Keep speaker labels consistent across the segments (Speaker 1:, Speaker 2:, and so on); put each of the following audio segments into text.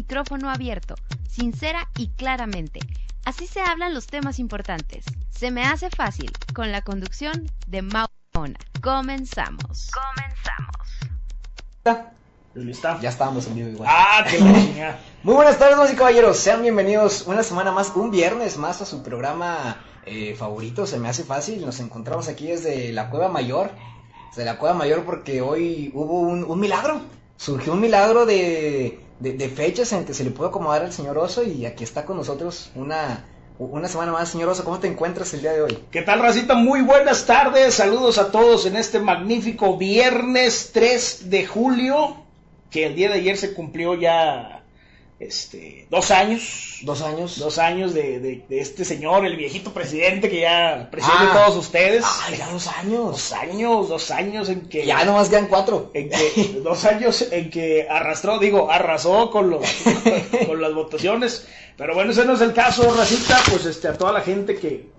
Speaker 1: micrófono abierto, sincera y claramente. Así se hablan los temas importantes. Se me hace fácil, con la conducción de Mauna. Comenzamos.
Speaker 2: Ya,
Speaker 3: ¿Listo?
Speaker 2: ya estábamos en vivo igual.
Speaker 3: Ah, qué la chingada.
Speaker 2: Muy buenas tardes, damas y caballeros. Sean bienvenidos una semana más, un viernes más a su programa eh, favorito. Se me hace fácil. Nos encontramos aquí desde la Cueva Mayor. Desde la Cueva Mayor porque hoy hubo un, un milagro. Surgió un milagro de, de- de fechas en que se le pudo acomodar al señor Oso y aquí está con nosotros una, una semana más. Señor Oso, ¿cómo te encuentras el día de hoy?
Speaker 3: ¿Qué tal, Racita? Muy buenas tardes. Saludos a todos en este magnífico viernes 3 de julio, que el día de ayer se cumplió ya este, dos años.
Speaker 2: Dos años.
Speaker 3: Dos años de, de- de este señor, el viejito presidente que ya preside
Speaker 2: Ah.
Speaker 3: todos ustedes.
Speaker 2: Ay, ya dos años.
Speaker 3: Dos años, dos años en que.
Speaker 2: Ya nomás quedan cuatro.
Speaker 3: en que dos años en que arrastró, digo, arrasó con los con, las votaciones. Pero bueno, ese no es el caso, Racita, pues este a toda la gente que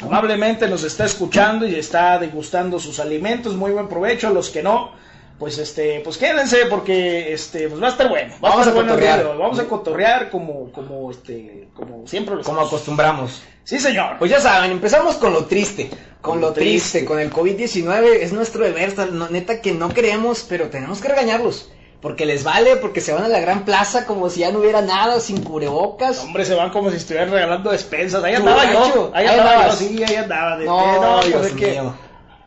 Speaker 3: amablemente nos está escuchando y está degustando sus alimentos, muy buen provecho, a los que no, pues este, pues quédense porque este pues va a estar bueno. va
Speaker 2: Vamos
Speaker 3: estar
Speaker 2: a
Speaker 3: bueno el día de
Speaker 2: cotorrear.
Speaker 3: hoy, Vamos a cotorrear como como este como siempre lo
Speaker 2: Como
Speaker 3: hacemos.
Speaker 2: acostumbramos.
Speaker 3: Sí, señor.
Speaker 2: Pues ya saben, empezamos con lo triste. Con
Speaker 3: Con
Speaker 2: lo
Speaker 3: lo triste.
Speaker 2: triste, con el COVID-19 es nuestro deber, tal- no- neta que no queremos, pero tenemos que regañarlos. Porque les vale, porque se van a la gran plaza como si ya no hubiera nada, sin cubrebocas.
Speaker 3: Hombre, se van como si estuvieran regalando despensas. Ahí
Speaker 2: Tú,
Speaker 3: andaba
Speaker 2: gacho,
Speaker 3: yo. Ahí
Speaker 2: ahí
Speaker 3: andaba yo.
Speaker 2: andabas.
Speaker 3: Sí, ahí andaba. de-
Speaker 2: No,
Speaker 3: pues,
Speaker 2: Dios
Speaker 3: es que-
Speaker 2: mío.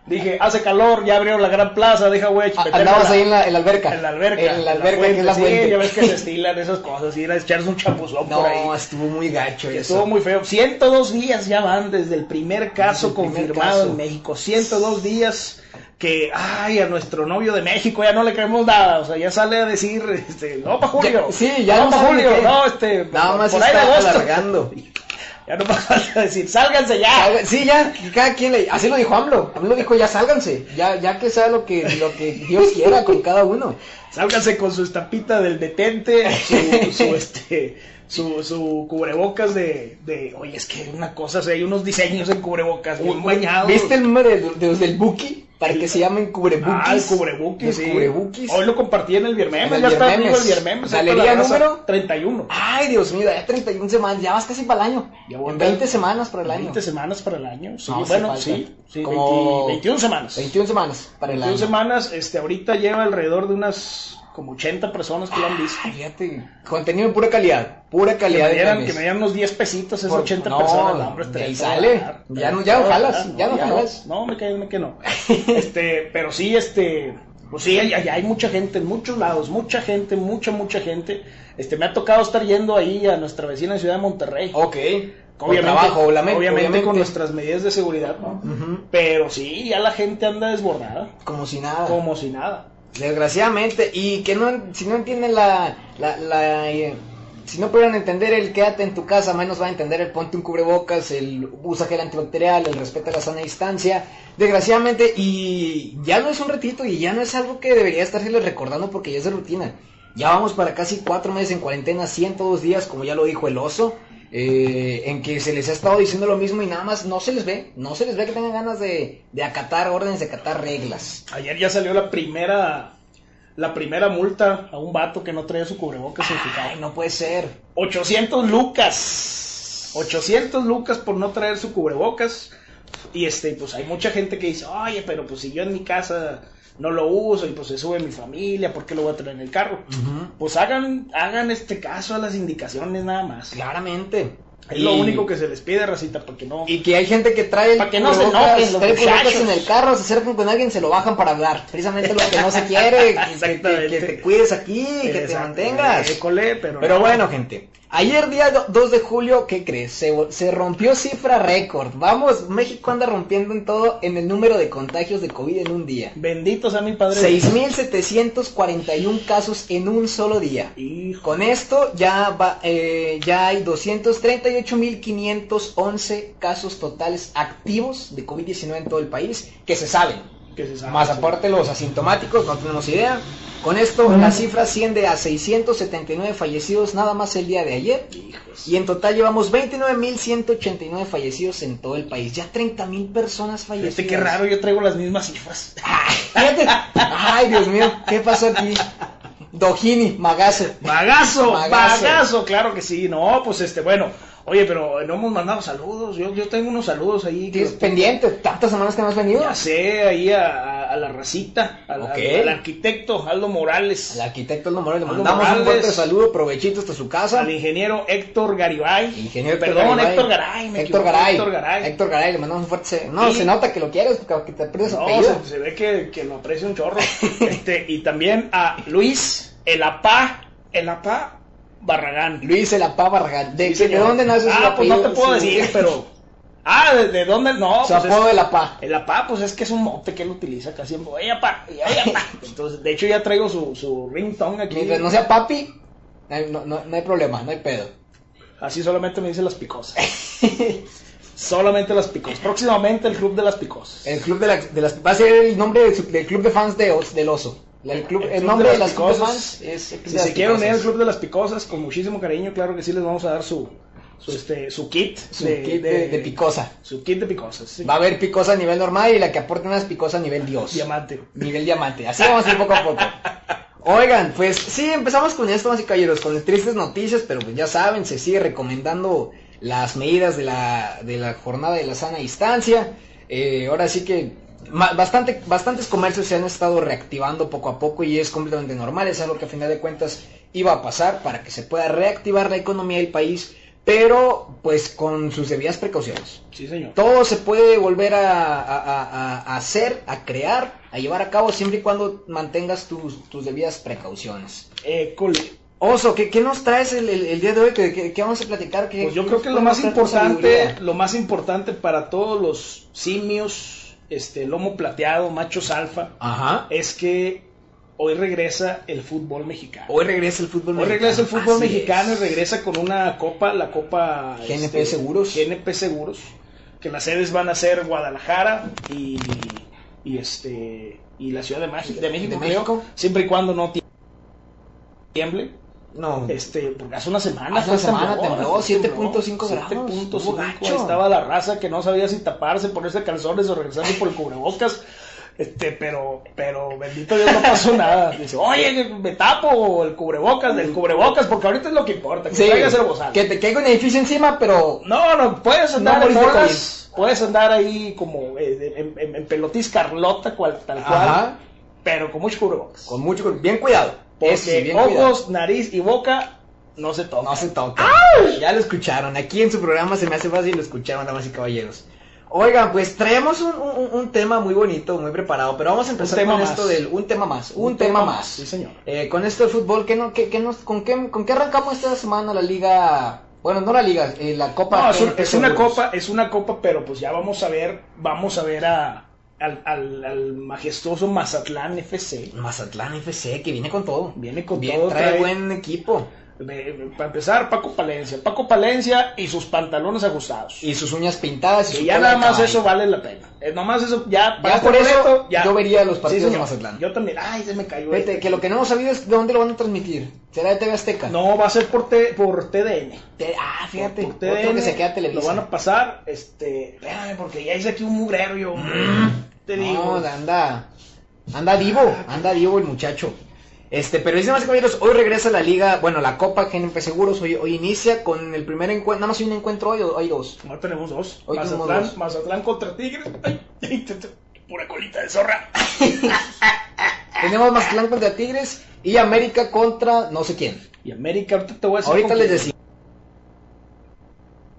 Speaker 3: Dije, hace calor, ya abrieron la gran plaza, deja, güey,
Speaker 2: A-
Speaker 3: meterme
Speaker 2: Ah, Andabas
Speaker 3: a la-
Speaker 2: ahí en la, en la alberca.
Speaker 3: en la alberca.
Speaker 2: En la alberca, que es la
Speaker 3: sí,
Speaker 2: fuente.
Speaker 3: ya ves que se estilan esas cosas, ir a echarse un chapuzón por ahí.
Speaker 2: No, estuvo muy gacho
Speaker 3: Que
Speaker 2: eso.
Speaker 3: Estuvo muy feo. 102 días ya van desde el primer caso
Speaker 2: Desde el primer
Speaker 3: confirmado
Speaker 2: caso.
Speaker 3: en México. 102 días que, ay, a nuestro novio de México ya no le creemos nada. O sea, ya sale a decir, este, no para Julio.
Speaker 2: Ya- sí, ya
Speaker 3: no,
Speaker 2: no
Speaker 3: para
Speaker 2: sabe
Speaker 3: Julio.
Speaker 2: qué.
Speaker 3: No, este,
Speaker 2: Nada más
Speaker 3: por ahí de
Speaker 2: está
Speaker 3: agosto.
Speaker 2: alargando.
Speaker 3: Ya no pasa a decir, sálganse ya.
Speaker 2: Salga- Sí, ya, que cada quien le... Así lo dijo AMLO. AMLO dijo, ya sálganse. Ya, ya que sea lo que, lo que Dios quiera con cada uno.
Speaker 3: Sálganse con su estampita del detente, su, su, este, su, su cubrebocas de, de- Oye, es que una cosa, o sea, hay unos diseños en cubrebocas muy bañados.
Speaker 2: ¿Viste el número de, de los del Buki? Para que se llamen cubrebukis.
Speaker 3: Ah, el cubrebukis,
Speaker 2: Los
Speaker 3: sí.
Speaker 2: cubrebukis.
Speaker 3: Hoy lo compartí en el Viermemes,
Speaker 2: En el
Speaker 3: ya está
Speaker 2: Viermemes.
Speaker 3: arriba el Viermemes. ahí está
Speaker 2: Galería
Speaker 3: la raza,
Speaker 2: número Ah,
Speaker 3: 31.
Speaker 2: Ay, Dios mío, ya 31 semanas, ya vas casi para el año.
Speaker 3: Ya voy a
Speaker 2: en
Speaker 3: andar-
Speaker 2: 20 semanas para el año.
Speaker 3: 20 semanas para el año. Sí,
Speaker 2: No, hace
Speaker 3: bueno,
Speaker 2: falta.
Speaker 3: sí. sí 20
Speaker 2: Como-
Speaker 3: 21 semanas.
Speaker 2: 21 semanas para el
Speaker 3: 21
Speaker 2: año.
Speaker 3: semanas, este, ahorita lleva alrededor de unas como 80 personas que lo han visto.
Speaker 2: Ay, fíjate, contenido de pura calidad, pura
Speaker 3: Que
Speaker 2: calidad
Speaker 3: me, dieran,
Speaker 2: memes.
Speaker 3: que me dieran unos 10 pesitos, es
Speaker 2: Por-
Speaker 3: 80
Speaker 2: no,
Speaker 3: personas. No, hombre,
Speaker 2: de
Speaker 3: este,
Speaker 2: ahí
Speaker 3: te voy a
Speaker 2: sale.
Speaker 3: ganar.
Speaker 2: Ya no-
Speaker 3: Te
Speaker 2: ya no
Speaker 3: voy a
Speaker 2: jalas,
Speaker 3: ganar,
Speaker 2: ya no
Speaker 3: no,
Speaker 2: jalas.
Speaker 3: No, me cae, me que no. Este, pero sí, este, pues sí, hay, hay- hay mucha gente en muchos lados, mucha gente, mucha, mucha gente. Este, me ha tocado estar yendo ahí a nuestra vecina en Ciudad de Monterrey.
Speaker 2: Ok. Con Oh, trabajo, obviamente.
Speaker 3: obviamente con
Speaker 2: obviamente.
Speaker 3: nuestras medidas de seguridad, ¿no?
Speaker 2: Ujú.
Speaker 3: Pero sí, ya la gente anda desbordada,
Speaker 2: Como si nada.
Speaker 3: como si nada.
Speaker 2: Desgraciadamente. Y que no, si no entienden la... la, la eh, si no pudieran entender el quédate en tu casa, menos va a entender el ponte un cubrebocas, el usa gel antibacterial, el respeto a la sana distancia. Desgraciadamente, y ya no es un ratito y ya no es algo que debería estarse recordando porque ya es de rutina. Ya vamos para casi cuatro meses en cuarentena, 102 días, como ya lo dijo el oso, eh, en que se les ha estado diciendo lo mismo y nada más no se les ve, no se les ve que tengan ganas de, de acatar órdenes, de acatar reglas.
Speaker 3: Ayer ya salió la primera la primera multa a un vato que no traía su cubrebocas en su
Speaker 2: Ay,
Speaker 3: carro.
Speaker 2: no puede ser.
Speaker 3: 800 lucas. 800 lucas por no traer su cubrebocas. Y este, pues hay mucha gente que dice, "Oye, pero pues si yo en mi casa no lo uso y pues se sube mi familia, ¿por qué lo voy a traer en el carro?" Pues hagan hagan este caso a las indicaciones nada más.
Speaker 2: Claramente.
Speaker 3: Es lo único que se les pide, racita, porque no
Speaker 2: Y que hay gente que trae el
Speaker 3: Pa' que no se
Speaker 2: cubrebocas,
Speaker 3: enojen los
Speaker 2: trae el cubrebocas
Speaker 3: muchachos.
Speaker 2: en el carro, se acercan con alguien, se lo bajan para hablar. Precisamente lo que no se quiere, que- que, que- que te
Speaker 3: Exactamente.
Speaker 2: cuides aquí, que te
Speaker 3: Exacto,
Speaker 2: mantengas.
Speaker 3: eh, cole, pero,
Speaker 2: Pero
Speaker 3: no.
Speaker 2: bueno, gente. Ayer día do- 2 de julio, ¿qué crees? Se, vo- se rompió cifra récord. Vamos, México anda rompiendo en todo en el número de contagios de COVID en un día.
Speaker 3: bendito sea mi padre.
Speaker 2: 6.741 casos en un solo día.
Speaker 3: Hijo.
Speaker 2: Con esto ya, va, eh, ya hay 238.511 casos totales activos de COVID-19 en todo el país que se saben.
Speaker 3: que se sabe,
Speaker 2: Más
Speaker 3: sí.
Speaker 2: aparte los asintomáticos, no tenemos idea. Con esto la cifra asciende a 679 fallecidos nada más el día de ayer.
Speaker 3: Hijos.
Speaker 2: Y en total llevamos 29.189 fallecidos en todo el país. Ya 30.000 personas fallecidas.
Speaker 3: Fíjate qué raro, yo traigo las mismas cifras.
Speaker 2: Fíjate. Ay, Dios mío, ¿qué pasó aquí? Dojini, magazo.
Speaker 3: Magazo,
Speaker 2: Magazo.
Speaker 3: magazo, claro que sí. No, pues este, bueno. Oye, pero no hemos mandado saludos. Yo, yo tengo unos saludos ahí. que-
Speaker 2: Tienes pendiente, tantas semanas que no has venido.
Speaker 3: Ya sé, ahí a, a- a la racita, al,
Speaker 2: Ok.
Speaker 3: al- al arquitecto Aldo Morales,
Speaker 2: Al arquitecto Aldo Morales le
Speaker 3: Aldo
Speaker 2: mandamos un
Speaker 3: Morales.
Speaker 2: fuerte saludo, provechito hasta su casa.
Speaker 3: al ingeniero Héctor Garibay.
Speaker 2: Ingeniero Héctor
Speaker 3: Perdón,
Speaker 2: Garay.
Speaker 3: Héctor Garay. me
Speaker 2: Héctor
Speaker 3: equivoqué,
Speaker 2: Garay.
Speaker 3: Héctor Garay.
Speaker 2: Héctor Garay, le mandamos un fuerte. se- No,
Speaker 3: Y-
Speaker 2: se nota que lo quieres, que te aprendes su
Speaker 3: No, pues,
Speaker 2: apellido.
Speaker 3: se, se ve que, que lo aprecia un chorro. Este, y también a Luis El Apá, El Apá Barragán.
Speaker 2: Luis El Apá Barragán. ¿De,
Speaker 3: Sí,
Speaker 2: qué- de
Speaker 3: señor.
Speaker 2: dónde nace su
Speaker 3: Ah, pues
Speaker 2: apellido?
Speaker 3: no te puedo
Speaker 2: Su-
Speaker 3: decir, pero. Ah, ¿de, de dónde? No,
Speaker 2: Su
Speaker 3: pues es-
Speaker 2: apodo El Apá.
Speaker 3: El apá, pues es que es un mote que él utiliza casi siempre. Oye, apá, oye, apá. Entonces, de hecho, ya traigo su, su ringtone aquí.
Speaker 2: Mientras no sea papi, no hay- no- no- no hay problema, no hay pedo.
Speaker 3: Así solamente me dice las picosas. solamente las picosas. Próximamente el club de las picosas.
Speaker 2: El club de, la- de las va a ser el nombre de su- del club de fans de Os- del oso. La- El, club, el, nombre de las club de fans es el club
Speaker 3: Si
Speaker 2: de las
Speaker 3: se quieren unir al
Speaker 2: picosas.
Speaker 3: club de las picosas, con muchísimo cariño, claro que sí les vamos a dar su, su, este, su kit.
Speaker 2: Su kit de, de picosa.
Speaker 3: Su kit de picosas. sí.
Speaker 2: Va a haber picosa a nivel normal y la que aporte unas picosas a nivel dios.
Speaker 3: Diamante.
Speaker 2: Nivel diamante. Así vamos a ir poco a poco. Oigan, pues sí, empezamos con esto, más y caballeros, con tristes noticias, pero pues ya saben, se sigue recomendando las medidas de la, de la jornada de la sana distancia. Eh, ahora sí que ma- bastante, bastantes comercios se han estado reactivando poco a poco y es completamente normal, es algo que a final de cuentas iba a pasar para que se pueda reactivar la economía del país, pero pues con sus debidas precauciones
Speaker 3: Sí, señor.
Speaker 2: todo se puede volver a, a- a- a hacer, a crear, a llevar a cabo siempre y cuando mantengas tus, tus debidas precauciones.
Speaker 3: École.
Speaker 2: Oso, ¿qué, qué nos traes el, el- el día de hoy? ¿Qué, qué- qué vamos a platicar? ¿Qué-
Speaker 3: Pues yo
Speaker 2: qué
Speaker 3: creo
Speaker 2: nos
Speaker 3: que lo
Speaker 2: puede
Speaker 3: más
Speaker 2: mostrar tu
Speaker 3: importante,
Speaker 2: sabiduría?
Speaker 3: lo más importante para todos los simios, este lomo plateado, machos alfa,
Speaker 2: Ajá.
Speaker 3: es que hoy regresa el fútbol mexicano.
Speaker 2: Hoy regresa el fútbol
Speaker 3: Hoy
Speaker 2: mexicano.
Speaker 3: regresa el fútbol
Speaker 2: Así
Speaker 3: mexicano
Speaker 2: es.
Speaker 3: y regresa con una copa, la copa este,
Speaker 2: GNP Seguros.
Speaker 3: GNP Seguros, que las sedes van a ser Guadalajara y, y este y la Ciudad de, Mági- de México,
Speaker 2: De
Speaker 3: creo,
Speaker 2: México.
Speaker 3: siempre y cuando no tiemble.
Speaker 2: No.
Speaker 3: Este, porque hace una semana,
Speaker 2: Hace una
Speaker 3: fue
Speaker 2: semana tembló,
Speaker 3: fue
Speaker 2: 7.5 grados.
Speaker 3: 7.5,
Speaker 2: Estuvo gacho.
Speaker 3: ahí estaba la raza que no sabía si taparse, ponerse calzones o regresarse por el cubrebocas. Este, pero, pero bendito Dios no pasó nada. Dice, oye, me tapo o el cubrebocas, del cubrebocas, porque ahorita es lo que importa, que
Speaker 2: Sí,
Speaker 3: traigas el bozal.
Speaker 2: que te caiga un edificio encima, pero
Speaker 3: No, no, puedes andar
Speaker 2: No
Speaker 3: en
Speaker 2: moriste
Speaker 3: bolas, puedes andar ahí como eh, en, en- en pelotis Carlota, cual, tal cual,
Speaker 2: Ajá.
Speaker 3: pero con mucho cubrebocas.
Speaker 2: con mucho, bien cuidado.
Speaker 3: porque
Speaker 2: Eso sí, bien
Speaker 3: ojos,
Speaker 2: cuidado.
Speaker 3: nariz y boca no se tocan.
Speaker 2: No se toca. Ya lo escucharon. Aquí en su programa se me hace fácil lo escucharon, damas y caballeros. Oigan, pues traemos un, un- un tema muy bonito, muy preparado, pero vamos a empezar
Speaker 3: tema
Speaker 2: con
Speaker 3: más.
Speaker 2: esto del un tema más, un, tema, más.
Speaker 3: Sí, señor.
Speaker 2: Eh, con esto del fútbol, ¿qué no, qué- qué nos, con, qué, ¿con qué arrancamos esta semana la liga? Bueno, no la liga, eh, la copa.
Speaker 3: No, es, un-
Speaker 2: GNP
Speaker 3: es una
Speaker 2: Seguros.
Speaker 3: copa, es una copa, pero pues ya vamos a ver, vamos a ver a, al, al- al majestuoso Mazatlán FC.
Speaker 2: Mazatlán FC, que viene con todo.
Speaker 3: Viene con
Speaker 2: Bien,
Speaker 3: todo,
Speaker 2: trae,
Speaker 3: trae-
Speaker 2: buen equipo.
Speaker 3: De- de- para empezar, Paco Palencia. Paco Palencia y sus pantalones ajustados. Y,
Speaker 2: Y sus uñas pintadas. Y su
Speaker 3: ya
Speaker 2: cola de
Speaker 3: nada más
Speaker 2: caballo.
Speaker 3: eso vale la pena. Eh, nomás eso, ya,
Speaker 2: Ya
Speaker 3: pagaste
Speaker 2: por eso
Speaker 3: boleto,
Speaker 2: yo vería los
Speaker 3: Sí,
Speaker 2: partidos de
Speaker 3: señor.
Speaker 2: Mazatlán.
Speaker 3: Yo también, ay, se me cayó.
Speaker 2: Vete,
Speaker 3: este.
Speaker 2: que lo que no hemos sabido es de dónde lo van a transmitir. ¿Será de TV Azteca?
Speaker 3: No, va a ser por, T- por TDN.
Speaker 2: Te- ah, fíjate.
Speaker 3: Por
Speaker 2: otro
Speaker 3: TDN,
Speaker 2: que se queda Televisa.
Speaker 3: Lo van a pasar, este, espérame, porque ya hice aquí un mugrero yo. Te digo.
Speaker 2: Mm. No, anda. Anda vivo, anda vivo el muchacho. Este, pero dice más caballeros, hoy regresa la liga, bueno, la Copa GNP Seguros, hoy, hoy inicia con el primer encuentro, nada más hay un encuentro hoy, o hay dos.
Speaker 3: No tenemos dos.
Speaker 2: Hoy tenemos
Speaker 3: Mazatlán,
Speaker 2: dos.
Speaker 3: Mazatlán contra Tigres. Ay, ay, te- te- pura colita de zorra.
Speaker 2: Tenemos Mazatlán contra Tigres y América contra no sé quién.
Speaker 3: Y América, ahorita te voy a decir.
Speaker 2: Ahorita
Speaker 3: con
Speaker 2: les
Speaker 3: quién.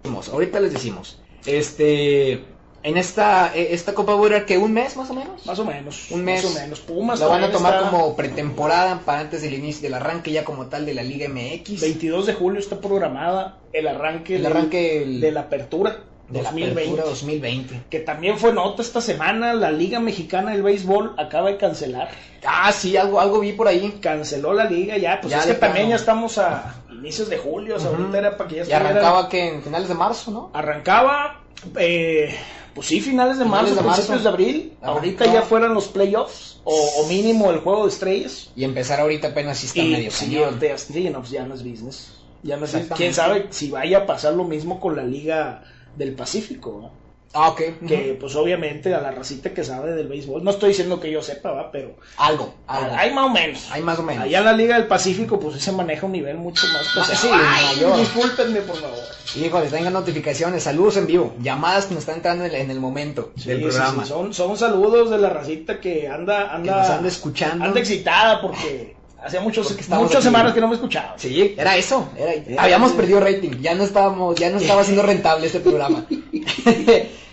Speaker 2: decimos, ahorita les decimos. Este, en esta, eh, esta Copa va a durar que un mes más o menos.
Speaker 3: Más o menos.
Speaker 2: Un mes.
Speaker 3: Más o menos. Pumas.
Speaker 2: La van a
Speaker 3: también
Speaker 2: tomar
Speaker 3: está-
Speaker 2: como pretemporada para antes del inicio del arranque ya como tal de la Liga MX.
Speaker 3: 22 de julio está programada el arranque,
Speaker 2: El
Speaker 3: del-
Speaker 2: arranque el-
Speaker 3: de la apertura
Speaker 2: de la
Speaker 3: 2020.
Speaker 2: apertura 2020.
Speaker 3: Que también fue nota esta semana. La Liga Mexicana del Béisbol acaba de cancelar.
Speaker 2: Ah, sí, algo, algo vi por ahí.
Speaker 3: Canceló la liga ya. Pues
Speaker 2: Ya
Speaker 3: es que
Speaker 2: de
Speaker 3: también
Speaker 2: plano.
Speaker 3: ya estamos a inicios de julio. O sea, ahorita era para que ya
Speaker 2: Y
Speaker 3: estuvieran-
Speaker 2: arrancaba que en finales de marzo, ¿no?
Speaker 3: Arrancaba, eh, pues sí, finales de
Speaker 2: Finales
Speaker 3: marzo,
Speaker 2: de marzo.
Speaker 3: principios de abril.
Speaker 2: Arrancaba.
Speaker 3: Ahorita ya fueran los playoffs o, o mínimo el juego de estrellas.
Speaker 2: Y empezar ahorita apenas si está
Speaker 3: y
Speaker 2: medio
Speaker 3: sí,
Speaker 2: cañón.
Speaker 3: ahorita ya, sí, no, pues ya no es business. Ya no es business.
Speaker 2: Exactamente.
Speaker 3: Quién sabe si vaya a pasar lo mismo con la Liga del Pacífico. ¿no?
Speaker 2: Ah, ok. ujú.
Speaker 3: Que pues obviamente a la racita que sabe del béisbol, no estoy diciendo que yo sepa, ¿va? pero
Speaker 2: Algo, algo.
Speaker 3: hay más o menos.
Speaker 2: Hay más o menos.
Speaker 3: Allá en la Liga del Pacífico pues se maneja un nivel mucho más pues, pesado.
Speaker 2: sí,
Speaker 3: Ay,
Speaker 2: mayor.
Speaker 3: discúlpenme por favor.
Speaker 2: Híjole, tengan notificaciones, saludos en vivo, llamadas que nos están entrando en el, en el momento del
Speaker 3: Sí,
Speaker 2: programa.
Speaker 3: sí, sí, son, son saludos de la racita que anda, anda,
Speaker 2: nos anda escuchando.
Speaker 3: Anda excitada porque hacía muchos,
Speaker 2: Porque estamos
Speaker 3: muchas
Speaker 2: aquí.
Speaker 3: semanas que no me escuchaba.
Speaker 2: Sí, era eso. era- habíamos perdido rating. Ya no estábamos, ya no estaba siendo rentable este programa.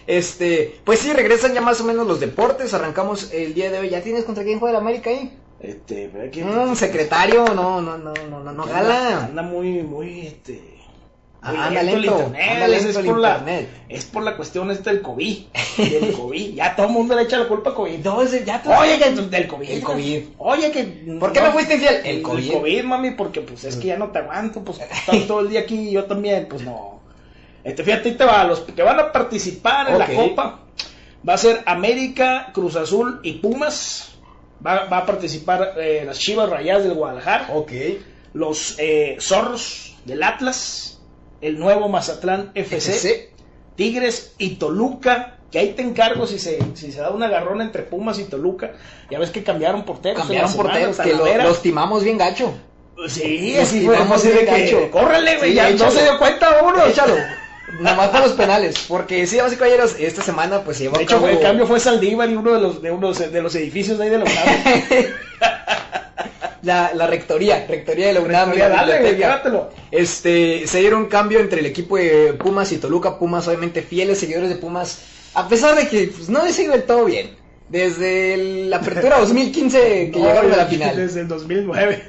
Speaker 2: este, pues sí, regresan ya más o menos los deportes. Arrancamos el día de hoy. ¿Ya tienes contra quién juega el América ahí?
Speaker 3: Este, pero aquí-
Speaker 2: Mm, secretario, no, no, no, no, no, no,
Speaker 3: Anda,
Speaker 2: jala.
Speaker 3: anda muy, muy, este. muy
Speaker 2: Anda Ah, lento,
Speaker 3: el internet,
Speaker 2: anda lento
Speaker 3: es,
Speaker 2: el
Speaker 3: por la,
Speaker 2: internet.
Speaker 3: es por la cuestión esta del COVID. Del COVID. Ya todo el mundo le echa la culpa al COVID.
Speaker 2: No, ese ya te-
Speaker 3: Oye, que del COVID.
Speaker 2: El COVID.
Speaker 3: Oye, que.
Speaker 2: ¿Por qué me fuiste infiel? El COVID.
Speaker 3: mami, porque pues es que ya no te aguanto. Pues estás todo el día aquí y yo también. Pues no. Este, fíjate, ahí te va. Los que van a participar en
Speaker 2: Ok.
Speaker 3: la Copa va a ser América, Cruz Azul y Pumas. Va, va a participar eh, las Chivas Rayadas del Guadalajara
Speaker 2: Ok.
Speaker 3: los eh, Zorros del Atlas, el nuevo Mazatlán FC,
Speaker 2: FC.
Speaker 3: Tigres y Toluca, que ahí te encargo si se, si se da un agarrón entre Pumas y Toluca. Ya ves que cambiaron porteros.
Speaker 2: Cambiaron
Speaker 3: en la semana,
Speaker 2: porteros, que lo-
Speaker 3: Talavera.
Speaker 2: los timamos bien gacho.
Speaker 3: Sí,
Speaker 2: los
Speaker 3: así fue,
Speaker 2: tiramos
Speaker 3: así de
Speaker 2: bien
Speaker 3: que,
Speaker 2: gacho.
Speaker 3: córrele, güey,
Speaker 2: Sí,
Speaker 3: ya no
Speaker 2: échalo.
Speaker 3: se dio cuenta uno.
Speaker 2: Échalo. Nada más para los penales. Porque sí, damas y caballeros, esta semana pues se llevó
Speaker 3: De
Speaker 2: a
Speaker 3: hecho,
Speaker 2: cabo-
Speaker 3: güey, el cambio fue Saldívar y uno de los, de unos, de los edificios de ahí de la UNAM.
Speaker 2: la, la rectoría, rectoría de la UNAM.
Speaker 3: Dale,
Speaker 2: la
Speaker 3: dale, güey,
Speaker 2: biblioteca.
Speaker 3: llévatelo.
Speaker 2: Este, se dieron cambio entre el equipo de Pumas y Toluca. Pumas, obviamente, fieles seguidores de Pumas, a pesar de que pues, no les ha ido del todo bien. Desde el- la apertura 2015 que
Speaker 3: No,
Speaker 2: llegaron a la
Speaker 3: desde-
Speaker 2: final.
Speaker 3: Desde el 2009.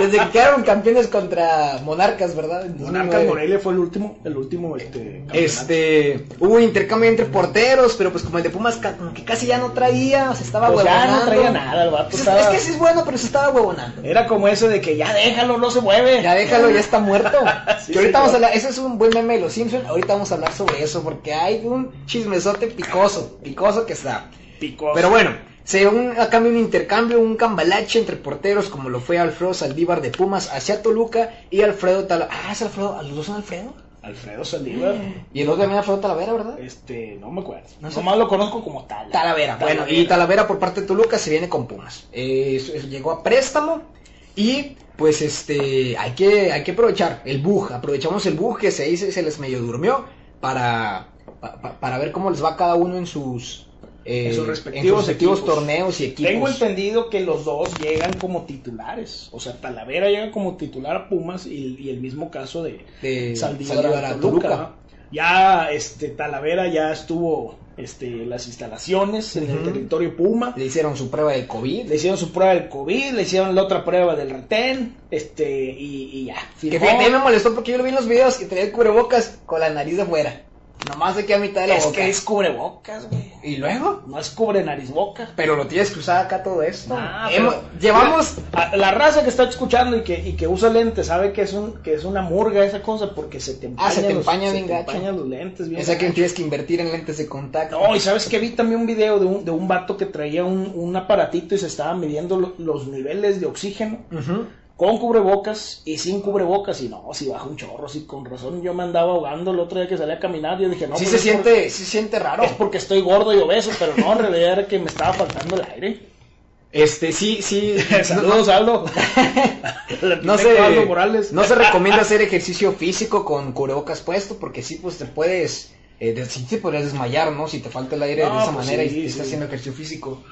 Speaker 2: Desde que quedaron campeones contra Monarcas, ¿verdad? En
Speaker 3: Monarcas
Speaker 2: 2009.
Speaker 3: Morelia fue el último, el último, este, campeonato.
Speaker 2: Este, hubo intercambio entre porteros, pero pues como el de Pumas ca- como que casi ya no traía, se estaba
Speaker 3: Pues ya no
Speaker 2: huevonando.
Speaker 3: traía nada, el vato
Speaker 2: Es-
Speaker 3: estaba-
Speaker 2: Es que sí es bueno, pero se estaba huevonando.
Speaker 3: Era como ese de que ya déjalo, no se mueve.
Speaker 2: Ya déjalo, ya está muerto.
Speaker 3: Sí,
Speaker 2: que ahorita
Speaker 3: señor.
Speaker 2: vamos a hablar, eso es un buen meme de los Simpsons, ahorita vamos a hablar sobre eso, porque hay un chismesote picoso, picoso que está.
Speaker 3: Picoso.
Speaker 2: Pero bueno, se dio un, a cambio un intercambio, un cambalache entre porteros, como lo fue Alfredo Saldívar de Pumas hacia Toluca y Alfredo Talavera. Ah, es Alfredo, ¿los dos son Alfredo?
Speaker 3: Alfredo Saldívar,
Speaker 2: Y el otro también Alfredo Talavera, ¿verdad?
Speaker 3: este, no me acuerdo.
Speaker 2: Eh. No sé.
Speaker 3: Nomás lo conozco como tal.
Speaker 2: Talavera, bueno, y Talavera por parte de Toluca se viene con Pumas. Eh, su- llegó a préstamo y pues este hay que, hay que aprovechar el bug, aprovechamos el bug que se ahí se, se les medio durmió para, pa- pa- para ver cómo les va a cada uno en sus, eh,
Speaker 3: En sus respectivos equipos.
Speaker 2: torneos y equipos.
Speaker 3: Tengo entendido que los dos llegan como titulares. O sea, Talavera llega como titular a Pumas y, y el mismo caso de,
Speaker 2: De
Speaker 3: Saldívar,
Speaker 2: Eh, Saldívar
Speaker 3: a
Speaker 2: a
Speaker 3: Toluca.
Speaker 2: Toluca.
Speaker 3: ¿no? Ya este Talavera ya estuvo este en las instalaciones en el
Speaker 2: Ujú.
Speaker 3: territorio Puma.
Speaker 2: Le hicieron su prueba de COVID.
Speaker 3: Le hicieron su prueba del COVID, le hicieron la otra prueba del retén, este, y, y ya.
Speaker 2: Que
Speaker 3: firmó.
Speaker 2: fíjate, a mí me molestó porque yo lo vi en los videos que traía el cubrebocas con la nariz de fuera. Nomás aquí a mitad de la
Speaker 3: Es
Speaker 2: boca.
Speaker 3: que es cubrebocas, güey.
Speaker 2: Y luego,
Speaker 3: No es cubre nariz boca.
Speaker 2: pero lo tienes que usar acá todo esto.
Speaker 3: Ah,
Speaker 2: Hemos-
Speaker 3: pero-
Speaker 2: llevamos
Speaker 3: A- La raza que está escuchando y que, y que usa lentes sabe que es un que es una murga esa cosa porque se te empaña,
Speaker 2: Ah, se te
Speaker 3: los-
Speaker 2: empaña
Speaker 3: se
Speaker 2: bien
Speaker 3: te
Speaker 2: gacho.
Speaker 3: empañan los lentes bien
Speaker 2: O sea que
Speaker 3: gacho.
Speaker 2: tienes que invertir en lentes de contacto.
Speaker 3: No, y sabes que vi también un video de un, de un vato que traía un, un aparatito y se estaba midiendo lo- los niveles de oxígeno
Speaker 2: Ujú.
Speaker 3: con cubrebocas y sin cubrebocas. Y no, si baja un chorro, si con razón yo me andaba ahogando el otro día que salí a caminar. Yo dije, no,
Speaker 2: sí
Speaker 3: pues
Speaker 2: se
Speaker 3: es por-
Speaker 2: siente, sí se siente raro.
Speaker 3: es porque estoy gordo y obeso, pero no, en realidad era que me estaba faltando el aire.
Speaker 2: Este, sí, sí. no-
Speaker 3: Saludos, Aldo.
Speaker 2: No se,
Speaker 3: Aldo Morales.
Speaker 2: no se recomienda hacer ejercicio físico con cubrebocas puesto porque sí, pues te puedes, eh, de- sí te podrías desmayar, ¿no? Si te falta el aire
Speaker 3: No,
Speaker 2: de esa
Speaker 3: pues
Speaker 2: manera y
Speaker 3: sí,
Speaker 2: te estás
Speaker 3: sí.
Speaker 2: haciendo ejercicio físico.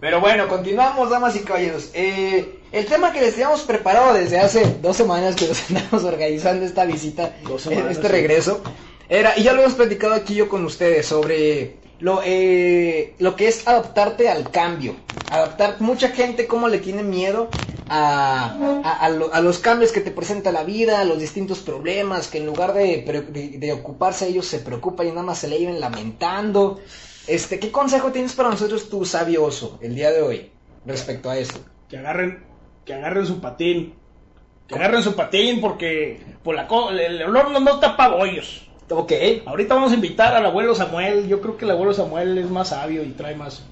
Speaker 2: Pero bueno, continuamos, damas y caballeros. Eh, el tema que les teníamos preparado desde hace dos semanas que nos andamos organizando esta visita,
Speaker 3: Dos semanas,
Speaker 2: este
Speaker 3: sí.
Speaker 2: regreso, era, y ya lo hemos platicado aquí yo con ustedes sobre lo, eh, lo que es adaptarte al cambio. Adaptar, mucha gente como le tiene miedo a, a, a lo- a los cambios que te presenta la vida, a los distintos problemas, que en lugar de, pre- de, de ocuparse ellos se preocupan y nada más se le iban lamentando. Este, ¿qué consejo tienes para nosotros tú, sabio oso, el día de hoy, respecto a esto?
Speaker 3: Que agarren, que agarren su patín. Que agarren su patín porque por la co- el olor no, no tapa bollos.
Speaker 2: Ok.
Speaker 3: Ahorita vamos a invitar al abuelo Samuel. Yo creo que el abuelo Samuel es más sabio y trae más,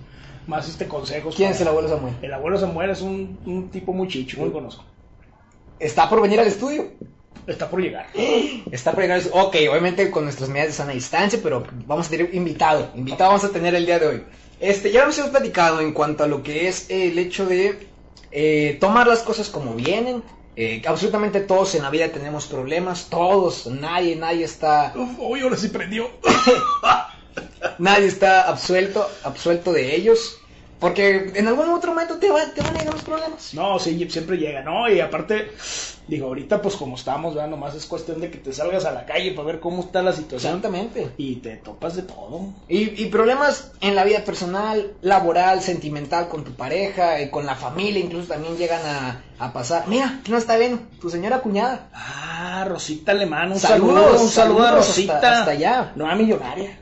Speaker 3: más este consejos.
Speaker 2: ¿Quién
Speaker 3: para-
Speaker 2: es el abuelo Samuel?
Speaker 3: El abuelo Samuel es un, un tipo muy chicho, muy conozco.
Speaker 2: ¿Está por venir al estudio?
Speaker 3: Está por llegar.
Speaker 2: Está por llegar. Ok, obviamente con nuestras medidas de sana distancia, pero vamos a tener invitado. Invitado vamos a tener el día de hoy. Este, ya nos hemos platicado en cuanto a lo que es eh, el hecho de eh, tomar las cosas como vienen. Eh, absolutamente todos en la vida tenemos problemas, todos, nadie, nadie está,
Speaker 3: Uf, uy, ahora sí prendió.
Speaker 2: nadie está absuelto, absuelto de ellos, porque en algún otro momento te, va- te van a llegar los problemas.
Speaker 3: No, sí, siempre llega, ¿no? Y aparte, digo, ahorita pues como estamos, ¿verdad? Nomás es cuestión de que te salgas a la calle para ver cómo está la situación.
Speaker 2: Exactamente.
Speaker 3: Y te topas de todo.
Speaker 2: Y, y problemas en la vida personal, laboral, sentimental, con tu pareja, eh, con la familia, incluso también llegan a, a pasar. Mira, no está bien, tu señora cuñada.
Speaker 3: Ah, Rosita Alemán, un
Speaker 2: Saludos,
Speaker 3: saludo, un saludo a
Speaker 2: saludos
Speaker 3: Rosita.
Speaker 2: hasta- hasta allá.
Speaker 3: Nueva millonaria.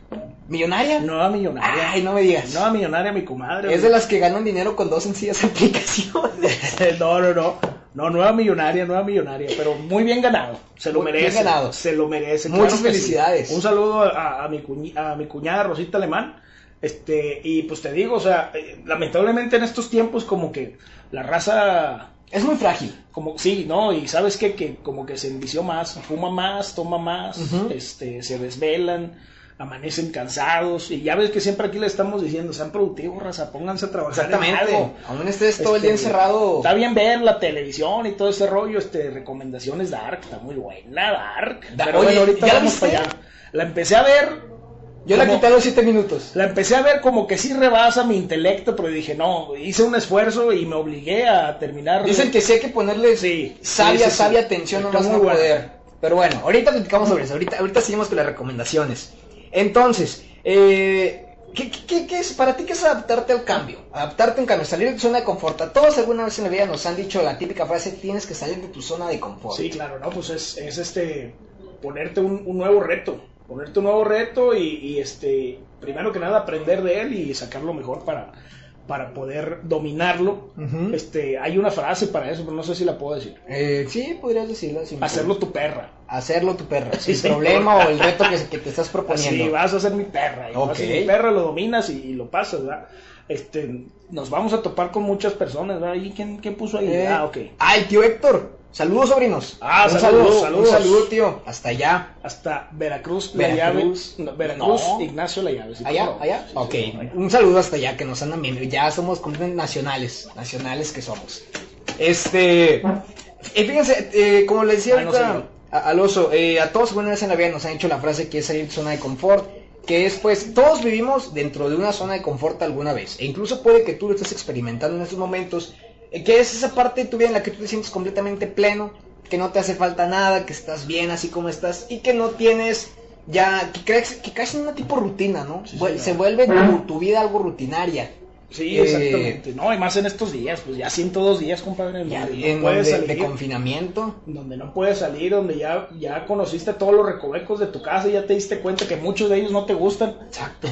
Speaker 2: ¿Millonaria?
Speaker 3: Nueva millonaria.
Speaker 2: Ay, no me digas.
Speaker 3: Nueva millonaria, mi comadre.
Speaker 2: es de las que ganan dinero con dos sencillas aplicaciones.
Speaker 3: No, no, no. No, nueva millonaria, nueva millonaria, pero muy bien ganado. Se lo
Speaker 2: Muy
Speaker 3: merece.
Speaker 2: bien ganado.
Speaker 3: Se lo merece.
Speaker 2: Muchas
Speaker 3: que sí.
Speaker 2: felicidades.
Speaker 3: Un saludo a, a mi cuñi- a mi cuñada Rosita Alemán. Este, y pues te digo, o sea, eh, lamentablemente en estos tiempos como que la raza
Speaker 2: Es muy frágil.
Speaker 3: como sí, no, y sabes qué? que como que se envició más, fuma más, toma más,
Speaker 2: Ujú.
Speaker 3: este, se desvelan, amanecen cansados y ya ves que siempre aquí le estamos diciendo, sean productivos, raza, pónganse a trabajar en algo.
Speaker 2: Aún estés todo el día
Speaker 3: Este,
Speaker 2: encerrado.
Speaker 3: Está bien ver la televisión y todo ese rollo, este, recomendaciones Dark, está muy buena Dark.
Speaker 2: Da-
Speaker 3: Pero
Speaker 2: oye,
Speaker 3: bueno, ahorita
Speaker 2: ¿ya la
Speaker 3: vamos
Speaker 2: viste?
Speaker 3: para allá. La empecé a ver,
Speaker 2: Yo la
Speaker 3: como-
Speaker 2: quité a los siete minutos.
Speaker 3: la empecé a ver como que sí rebasa mi intelecto, pero dije, no, hice un esfuerzo y me obligué a terminar.
Speaker 2: Dicen que sí hay que ponerle
Speaker 3: Sí, sí,
Speaker 2: sabia,
Speaker 3: sí, sí.
Speaker 2: sabia atención, no
Speaker 3: Está
Speaker 2: más
Speaker 3: muy
Speaker 2: no
Speaker 3: buena.
Speaker 2: poder. Pero bueno, ahorita platicamos sobre eso, ahorita, ahorita seguimos con las recomendaciones. Entonces, eh, ¿qué, qué- qué- qué es para ti qué es adaptarte al cambio? Adaptarte a un cambio, salir de tu zona de confort. A todos alguna vez en la vida nos han dicho la típica frase, tienes que salir de tu zona de confort.
Speaker 3: Sí, claro, no, pues es, es este ponerte un, un nuevo reto, ponerte un nuevo reto y, y, este primero que nada aprender de él y sacar lo mejor para para poder dominarlo.
Speaker 2: Ujú.
Speaker 3: Este, hay una frase para eso, pero no sé si la puedo decir.
Speaker 2: Eh, sí, podrías decirlo. sin
Speaker 3: Hacerlo
Speaker 2: problema.
Speaker 3: tu perra.
Speaker 2: Hacerlo tu perro,
Speaker 3: Sí,
Speaker 2: sin
Speaker 3: señor.
Speaker 2: problema o el reto que, que te estás
Speaker 3: Así
Speaker 2: proponiendo.
Speaker 3: Pues vas a ser mi perra, y vas a ser
Speaker 2: Ok.
Speaker 3: mi perra, lo dominas y, y lo pasas, ¿verdad? Este, nos vamos a topar con muchas personas, ¿verdad? ¿Y quién, quién puso ahí?
Speaker 2: Eh,
Speaker 3: Ah, ok.
Speaker 2: ah, el tío Héctor. Saludos, sobrinos.
Speaker 3: Ah,
Speaker 2: Un
Speaker 3: saludos,
Speaker 2: saludo,
Speaker 3: saludos.
Speaker 2: Un saludo, tío. Hasta allá.
Speaker 3: Hasta Veracruz,
Speaker 2: Veracruz.
Speaker 3: la llave. no, Veracruz,
Speaker 2: No.
Speaker 3: Ignacio la llave. sí,
Speaker 2: ¿Allá?
Speaker 3: claro.
Speaker 2: ¿Allá?
Speaker 3: Sí, sí,
Speaker 2: Ok,
Speaker 3: sí, allá.
Speaker 2: un saludo hasta allá, que nos andan viendo. Ya somos completamente nacionales, nacionales que somos. Este, eh, fíjense, eh, como le decía
Speaker 3: Ay, Ah, no
Speaker 2: ahorita
Speaker 3: sé.
Speaker 2: a- al oso, eh, a todos alguna vez en la vida nos han dicho la frase que es salir de zona de confort, que es pues, todos vivimos dentro de una zona de confort alguna vez, e incluso puede que tú lo estés experimentando en estos momentos, eh, que es esa parte de tu vida en la que tú te sientes completamente pleno, que no te hace falta nada, que estás bien así como estás, y que no tienes ya, que, crees, que caes en una tipo rutina, ¿no?
Speaker 3: Sí,
Speaker 2: Vuel-
Speaker 3: señor.
Speaker 2: se vuelve tu, tu vida algo rutinaria.
Speaker 3: Sí,
Speaker 2: Eh,
Speaker 3: exactamente. No, y más en estos días, pues ya 102 días, compadre, donde
Speaker 2: Ya,
Speaker 3: no
Speaker 2: en
Speaker 3: puedes
Speaker 2: donde- de
Speaker 3: salir,
Speaker 2: confinamiento.
Speaker 3: donde no puedes salir, donde ya, ya conociste todos los recovecos de tu casa y ya te diste cuenta que muchos de ellos no te gustan.
Speaker 2: Exacto.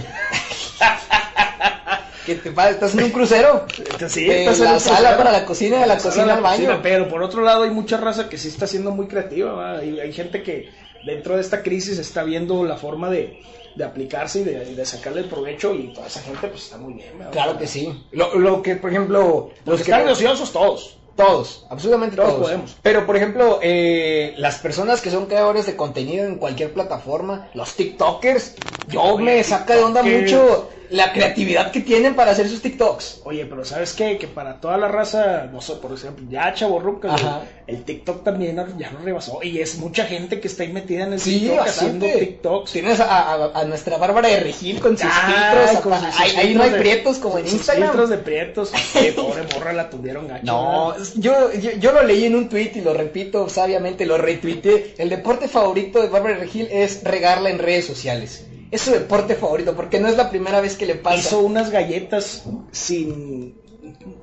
Speaker 2: que te pasa? ¿Estás en un crucero?
Speaker 3: Sí,
Speaker 2: de
Speaker 3: estás en
Speaker 2: la
Speaker 3: un
Speaker 2: sala
Speaker 3: crucero.
Speaker 2: para la cocina, de la
Speaker 3: Sala
Speaker 2: cocina
Speaker 3: para
Speaker 2: al
Speaker 3: la cocina,
Speaker 2: baño.
Speaker 3: pero por otro lado hay mucha raza que sí está siendo muy creativa, ¿va? hay, hay gente que dentro de esta crisis está viendo la forma de, de aplicarse y de, de sacarle el provecho y toda esa gente pues está muy bien. ¿va?
Speaker 2: Claro que sí. Lo, lo que, por ejemplo,
Speaker 3: Los que están ociosos todos.
Speaker 2: Todos, absolutamente todos.
Speaker 3: Todos podemos.
Speaker 2: Pero, por ejemplo, eh, las personas que son creadores de contenido en cualquier plataforma, los TikTokers, yo
Speaker 3: Oye,
Speaker 2: me saca de onda
Speaker 3: TikTokers.
Speaker 2: mucho la creatividad que tienen para hacer sus TikToks.
Speaker 3: Oye, pero ¿sabes qué? Que para toda la raza, no sé, por ejemplo, ya chaborrucas,
Speaker 2: Ajá.
Speaker 3: el, el TikTok también ya lo rebasó. Y es mucha gente que está ahí metida en el
Speaker 2: Sí,
Speaker 3: TikTok
Speaker 2: bastante.
Speaker 3: haciendo TikToks.
Speaker 2: Tienes a, a- a nuestra Bárbara de Regil con sus
Speaker 3: Ah,
Speaker 2: filtros.
Speaker 3: con
Speaker 2: apa-
Speaker 3: sus
Speaker 2: ahí, ahí no
Speaker 3: filtros
Speaker 2: hay
Speaker 3: de-
Speaker 2: prietos como en
Speaker 3: sus
Speaker 2: Instagram.
Speaker 3: filtros de prietos. Qué pobre morra la tuvieron gacho.
Speaker 2: No,
Speaker 3: ¿verdad?
Speaker 2: yo, yo, yo lo leí en un tweet y lo repito sabiamente, lo retuiteé. El deporte favorito de Bárbara de Regil es regarla en redes sociales. Es su deporte favorito porque no es la primera vez que le pasa.
Speaker 3: Hizo unas galletas sin.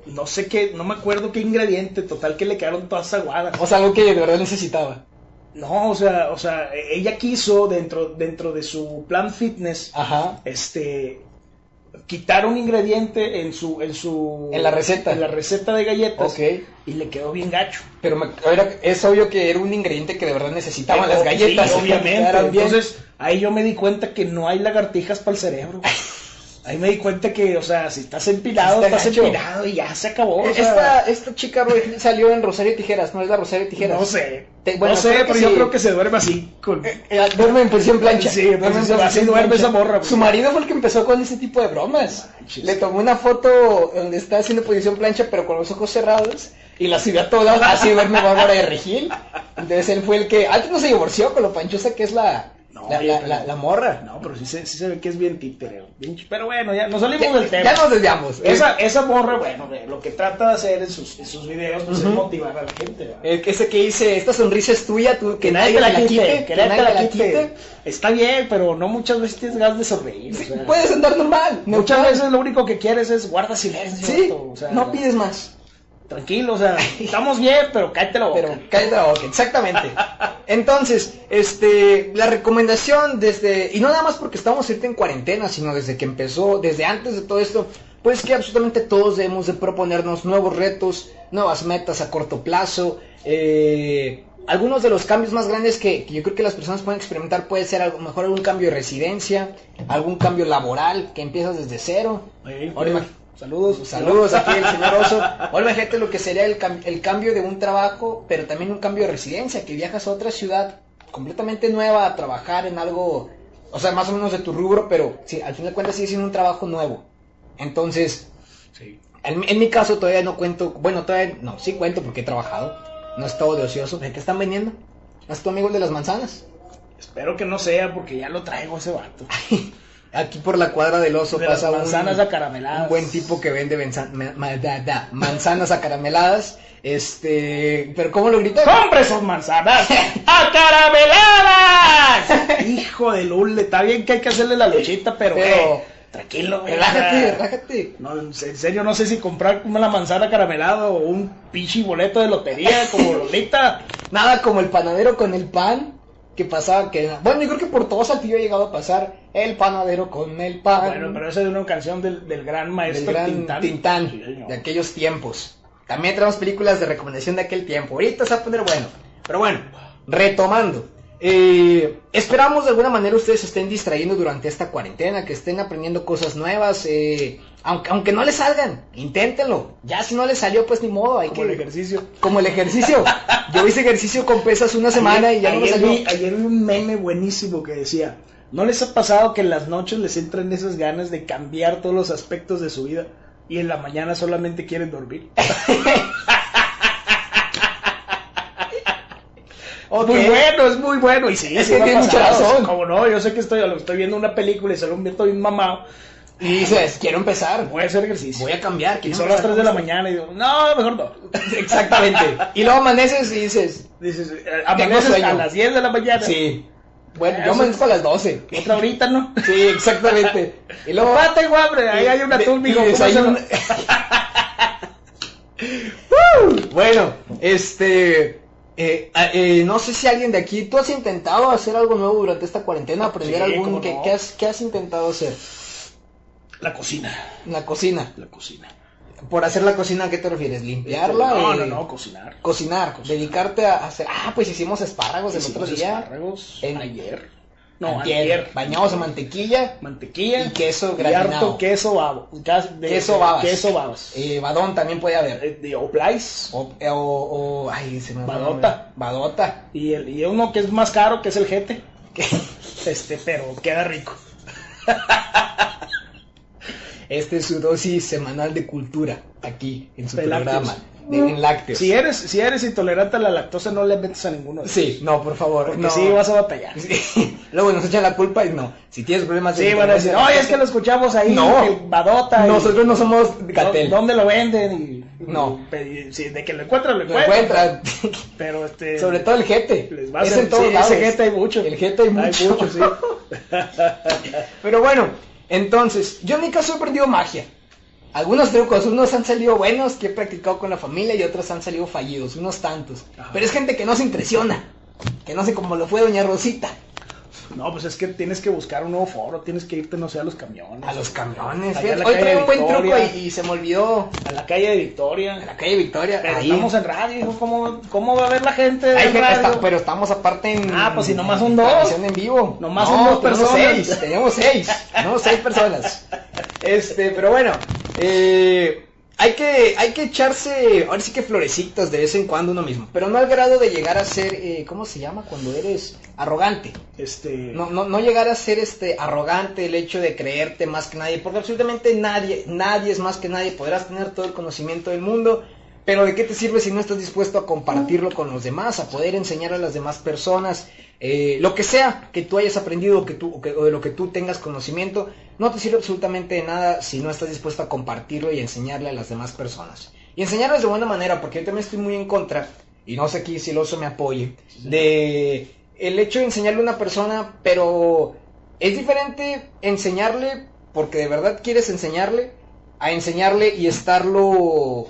Speaker 3: No sé qué, no me acuerdo qué ingrediente, total que le quedaron todas aguadas.
Speaker 2: O sea, algo que de verdad necesitaba.
Speaker 3: No, o sea, o sea, ella quiso dentro, dentro de su plan fitness
Speaker 2: Ajá.
Speaker 3: este quitar un ingrediente en su en su
Speaker 2: En la receta.
Speaker 3: en la receta de galletas
Speaker 2: Ok.
Speaker 3: y le quedó bien gacho
Speaker 2: Pero me- era- es obvio que era un ingrediente que de verdad necesitaban
Speaker 3: Pero,
Speaker 2: las galletas.
Speaker 3: sí, Eh, obviamente
Speaker 2: Quedaran bien.
Speaker 3: entonces ahí yo me di cuenta que no hay lagartijas para el cerebro Ahí me di cuenta que, o sea, si estás empinado,
Speaker 2: Está
Speaker 3: estás
Speaker 2: gacho.
Speaker 3: empinado y ya se acabó. o sea,
Speaker 2: Esta, esta chica Roy Hill salió en Rosario Tijeras, no es la Rosario Tijeras.
Speaker 3: no sé.
Speaker 2: Te- bueno,
Speaker 3: no sé,
Speaker 2: creo que
Speaker 3: pero yo
Speaker 2: sí.
Speaker 3: creo que se duerme así. Con...
Speaker 2: Eh, eh, duerme en prisión plancha.
Speaker 3: Sí, pues,
Speaker 2: Duerme en
Speaker 3: así
Speaker 2: prisión
Speaker 3: duerme
Speaker 2: plancha.
Speaker 3: esa morra, pues.
Speaker 2: Su marido fue el que empezó con ese tipo de bromas.
Speaker 3: Manches.
Speaker 2: Le tomó una foto donde está haciendo posición plancha, pero con los ojos cerrados. Y la subió a todas, así duerme Bárbara de Regil. Entonces él fue el que. Antes no se divorció con lo panchosa que es la,
Speaker 3: No,
Speaker 2: la,
Speaker 3: oye,
Speaker 2: la-
Speaker 3: pero-
Speaker 2: la- la morra.
Speaker 3: No, pero sí se, sí se ve que es bien títere. pinche- Pero bueno, ya nos salimos
Speaker 2: Ya,
Speaker 3: del tema.
Speaker 2: ya nos desviamos.
Speaker 3: Esa, esa morra, bueno, de lo que trata de hacer en sus, en sus videos pues, es
Speaker 2: Ujú.
Speaker 3: motivar a la gente. ¿verdad?
Speaker 2: Eh, ese que dice, esta sonrisa es tuya, tú,
Speaker 3: que nadie te la quite, que nadie te la
Speaker 2: quite".
Speaker 3: quite. Está bien, pero no muchas veces tienes ganas de sonreír.
Speaker 2: Sí,
Speaker 3: o sea,
Speaker 2: puedes andar normal.
Speaker 3: muchas
Speaker 2: neutral.
Speaker 3: veces lo único que quieres es guarda silencio.
Speaker 2: Sí,
Speaker 3: vato, o sea,
Speaker 2: no pides más.
Speaker 3: Tranquilo, o sea, estamos bien, pero cállate la boca.
Speaker 2: Pero cállate la boca, exactamente. Entonces, este, la recomendación desde, y no nada más porque estamos ahorita en cuarentena, sino desde que empezó, desde antes de todo esto, pues que absolutamente todos debemos de proponernos nuevos retos, nuevas metas a corto plazo. eh, algunos de los cambios más grandes que, que yo creo que las personas pueden experimentar puede ser a lo mejor algún cambio de residencia, algún cambio laboral, que empiezas desde cero.
Speaker 3: Oye,
Speaker 2: Ahora
Speaker 3: oye,
Speaker 2: imag-
Speaker 3: saludos.
Speaker 2: Saludos aquí el señor Oso. Ahora imagínate lo que sería el, cam- el cambio de un trabajo, pero también un cambio de residencia, que viajas a otra ciudad completamente nueva a trabajar en algo, o sea, más o menos de tu rubro, pero sí, al fin de cuentas sigue siendo un trabajo nuevo. Entonces,
Speaker 3: Sí.
Speaker 2: en, mi- en mi caso todavía no cuento, bueno, todavía no, sí cuento porque he trabajado, no es todo de ocioso. ¿De ¿Qué están vendiendo? ¿No es tu amigo el de las manzanas?
Speaker 3: Espero que no sea porque ya lo traigo ese vato.
Speaker 2: Aquí por la cuadra del oso
Speaker 3: De las
Speaker 2: pasa un-
Speaker 3: manzanas acarameladas.
Speaker 2: un buen tipo que vende benza- ma- ma- da- da- manzanas acarameladas. Este, pero ¿cómo lo gritó?
Speaker 3: ¡Hombre, son manzanas! ¡Acarameladas! Hijo de Lule, está bien que hay que hacerle la luchita, pero,
Speaker 2: Pero-
Speaker 3: eh, tranquilo, güey, o
Speaker 2: Relájate,
Speaker 3: sea,
Speaker 2: relájate.
Speaker 3: No, en se- en serio, no sé si comprar una manzana caramelada o un pichi boleto de lotería como Lolita.
Speaker 2: Nada como el panadero con el pan que pasaba que bueno, yo creo que por todo Saltillo ha llegado a pasar el panadero con el pan.
Speaker 3: Bueno, pero esa es una canción del, del gran
Speaker 2: Ah, del
Speaker 3: maestro
Speaker 2: gran
Speaker 3: Tintán.
Speaker 2: Tintán,
Speaker 3: Sí, señor.
Speaker 2: de aquellos tiempos. También tenemos películas de recomendación de aquel tiempo. Ahorita se va a poner bueno. Pero bueno, retomando. eh, esperamos de alguna manera ustedes se estén distrayendo durante esta cuarentena, que estén aprendiendo cosas nuevas. eh, aunque, aunque no les salgan, inténtenlo. Ya si no les salió, pues ni modo. Hay
Speaker 3: Como
Speaker 2: que,
Speaker 3: el ejercicio.
Speaker 2: Como el ejercicio. Yo hice ejercicio con pesas una semana y ya no me
Speaker 3: ayer
Speaker 2: salió.
Speaker 3: vi, ayer vi un meme buenísimo que decía, ¿no les ha pasado que en las noches les entran esas ganas de cambiar todos los aspectos de su vida y en la mañana solamente quieren dormir?
Speaker 2: Ok.
Speaker 3: Muy bueno, es muy bueno. Y sí,
Speaker 2: Es
Speaker 3: sí
Speaker 2: que
Speaker 3: me ha
Speaker 2: tiene mucha
Speaker 3: pasado.
Speaker 2: razón.
Speaker 3: Como no, yo sé que estoy, estoy viendo una película y solo me estoy mamado.
Speaker 2: Y dices, quiero empezar.
Speaker 3: Voy a hacer ejercicio.
Speaker 2: Voy a cambiar.
Speaker 3: y
Speaker 2: quiero
Speaker 3: son las
Speaker 2: empezar
Speaker 3: 3 de la
Speaker 2: con
Speaker 3: mañana y digo, no, mejor no.
Speaker 2: esto". Exactamente. Y luego amaneces y dices,
Speaker 3: Dices, eh, amaneces
Speaker 2: sueño.
Speaker 3: a las 10 de la mañana.
Speaker 2: Sí. Bueno,
Speaker 3: Ah,
Speaker 2: yo
Speaker 3: eso-
Speaker 2: amanezco a las 12.
Speaker 3: Otra horita, ¿no?
Speaker 2: Sí, exactamente. Y luego
Speaker 3: Papá, tengo hambre. Ahí hay una
Speaker 2: de-
Speaker 3: atún, mijo.
Speaker 2: y
Speaker 3: cómaselo.
Speaker 2: desayuno. bueno, este eh, a- eh, no sé si alguien de aquí, ¿tú has intentado hacer algo nuevo durante esta cuarentena? ¿Aprender
Speaker 3: Sí,
Speaker 2: algún?
Speaker 3: cómo
Speaker 2: ¿qué,
Speaker 3: no.
Speaker 2: qué has, qué has intentado hacer?
Speaker 3: La cocina.
Speaker 2: En la cocina.
Speaker 3: La cocina.
Speaker 2: Por hacer la cocina, ¿a qué te refieres? ¿Limpiarla?
Speaker 3: No,
Speaker 2: Eh,
Speaker 3: no, no, cocinar.
Speaker 2: Cocinar, dedicarte a hacer. Ah, pues hicimos espárragos el
Speaker 3: Hicimos
Speaker 2: otro día.
Speaker 3: espárragos
Speaker 2: En-
Speaker 3: ayer. No,
Speaker 2: Antier,
Speaker 3: ayer.
Speaker 2: Bañados en mantequilla.
Speaker 3: Mantequilla.
Speaker 2: Y queso
Speaker 3: Y harto
Speaker 2: gratinado.
Speaker 3: queso babo. Cas- de-
Speaker 2: Queso babas.
Speaker 3: Queso babas.
Speaker 2: Eh, badón también puede haber.
Speaker 3: Eh, de Oblais.
Speaker 2: O, eh, o, o- ay, se me fue el
Speaker 3: Badota.
Speaker 2: nombre. Badota.
Speaker 3: Y, el, y uno que es más caro, que es el jete. Este, pero queda rico.
Speaker 2: Este es su dosis semanal de cultura aquí en su
Speaker 3: De
Speaker 2: programa.
Speaker 3: lácteos.
Speaker 2: De, en lácteos.
Speaker 3: Si eres, si eres intolerante a la lactosa, no le metes a ninguno de esos.
Speaker 2: Sí, no, por favor.
Speaker 3: Porque
Speaker 2: no.
Speaker 3: sí vas a batallar. Sí,
Speaker 2: Sí. Luego nos echan la culpa y no. Si tienes problemas de
Speaker 3: van a decir,
Speaker 2: intolerancia-
Speaker 3: oye, es que lo escuchamos ahí.
Speaker 2: No.
Speaker 3: en Badota. y-
Speaker 2: Nosotros no somos Gatel.
Speaker 3: ¿Dó- ¿Dónde lo venden? Y,
Speaker 2: No.
Speaker 3: y- sí, de que lo encuentran, lo
Speaker 2: Lo
Speaker 3: encuentran.
Speaker 2: encuentran.
Speaker 3: Pero este.
Speaker 2: Sobre todo el jete.
Speaker 3: Les va a
Speaker 2: Es
Speaker 3: hacer-
Speaker 2: en todos
Speaker 3: sí,
Speaker 2: lados.
Speaker 3: Ese jete hay mucho.
Speaker 2: El jete hay mucho.
Speaker 3: Hay mucho, sí.
Speaker 2: Pero bueno, entonces, yo en mi caso he aprendido magia. Algunos trucos, unos han salido buenos que he practicado con la familia y otros han salido fallidos, unos tantos.
Speaker 3: Ajá.
Speaker 2: Pero es gente que no se impresiona, que no sé cómo lo fue Doña Rosita.
Speaker 3: No, pues es que tienes que buscar un nuevo foro, tienes que irte, no sé, a los camiones.
Speaker 2: A los camiones.
Speaker 3: Allá
Speaker 2: fíjate.
Speaker 3: en la
Speaker 2: Hoy
Speaker 3: calle
Speaker 2: traía un buen
Speaker 3: Victoria.
Speaker 2: truco y, y se me olvidó.
Speaker 3: A la calle de
Speaker 2: En
Speaker 3: Victoria.
Speaker 2: la calle Victoria,
Speaker 3: Pero
Speaker 2: ahí.
Speaker 3: estamos en radio, hijo, ¿cómo, ¿cómo va a ver la gente? de
Speaker 2: Hay gente,
Speaker 3: radio?
Speaker 2: está- pero estamos aparte en.
Speaker 3: Ah, pues si nomás son
Speaker 2: en
Speaker 3: dos.
Speaker 2: transmisión en vivo.
Speaker 3: Nomás son dos
Speaker 2: tenemos
Speaker 3: personas.
Speaker 2: Seis, tenemos seis. Tenemos seis personas. Este, pero bueno, eh, hay, que, hay que echarse, ahora sí que florecitas de vez en cuando uno mismo, pero no al grado de llegar a ser, eh, ¿cómo se llama? Cuando eres arrogante.
Speaker 3: Este,
Speaker 2: No, no, no llegar a ser este arrogante el hecho de creerte más que nadie, porque absolutamente nadie, nadie es más que nadie, podrás tener todo el conocimiento del mundo, pero ¿de qué te sirve si no estás dispuesto a compartirlo con los demás, a poder enseñar a las demás personas, eh, lo que sea que tú hayas aprendido o, que tú, o que- o de lo que tú tengas conocimiento, no te sirve absolutamente de nada si no estás dispuesto a compartirlo y enseñarle a las demás personas. Y enseñarles de buena manera, porque yo también estoy muy en contra, y no sé aquí si el oso me apoye, de el hecho de enseñarle a una persona, pero es diferente enseñarle porque de verdad quieres enseñarle, a enseñarle y estarlo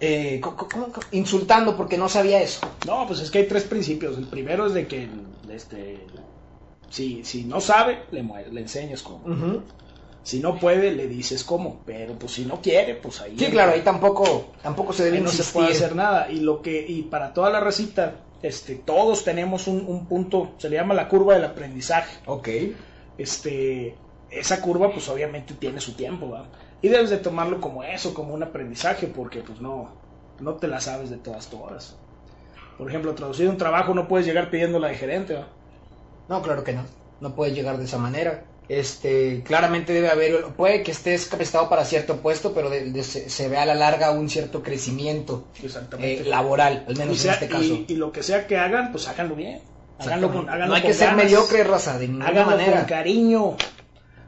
Speaker 2: eh, co- co- ¿cómo- cómo? insultando porque no sabía eso.
Speaker 3: No, pues es que hay tres principios. El primero es de que este, si, si no sabe, le, mue- le enseñas cómo.
Speaker 2: Ujú.
Speaker 3: Si no puede, le dices cómo. Pero pues si no quiere, pues ahí.
Speaker 2: Sí, claro, ahí tampoco, tampoco se debe
Speaker 3: ahí no se puede
Speaker 2: insistir.
Speaker 3: hacer nada. Y lo que, y para toda la recita, este, todos tenemos un, un punto, se le llama la curva del aprendizaje.
Speaker 2: Ok.
Speaker 3: Este, esa curva, pues obviamente tiene su tiempo, ¿va? Y debes de tomarlo como eso, como un aprendizaje, porque pues no, no te la sabes de todas todas. Por ejemplo, traducir un trabajo no puedes llegar pidiéndola de gerente, ¿va?
Speaker 2: No, claro que no. No puedes llegar de esa manera. Este, claramente debe haber, puede que estés capacitado para cierto puesto, pero de- de- se, se ve a la larga un cierto crecimiento eh,
Speaker 3: Exactamente.
Speaker 2: laboral, al menos
Speaker 3: y, sea-
Speaker 2: en este caso.
Speaker 3: y- y lo que sea que hagan, pues háganlo bien. Háganlo con, háganlo
Speaker 2: no hay que
Speaker 3: con
Speaker 2: ser
Speaker 3: ganas.
Speaker 2: mediocre, raza, de ninguna
Speaker 3: Háganlo
Speaker 2: manera.
Speaker 3: con cariño.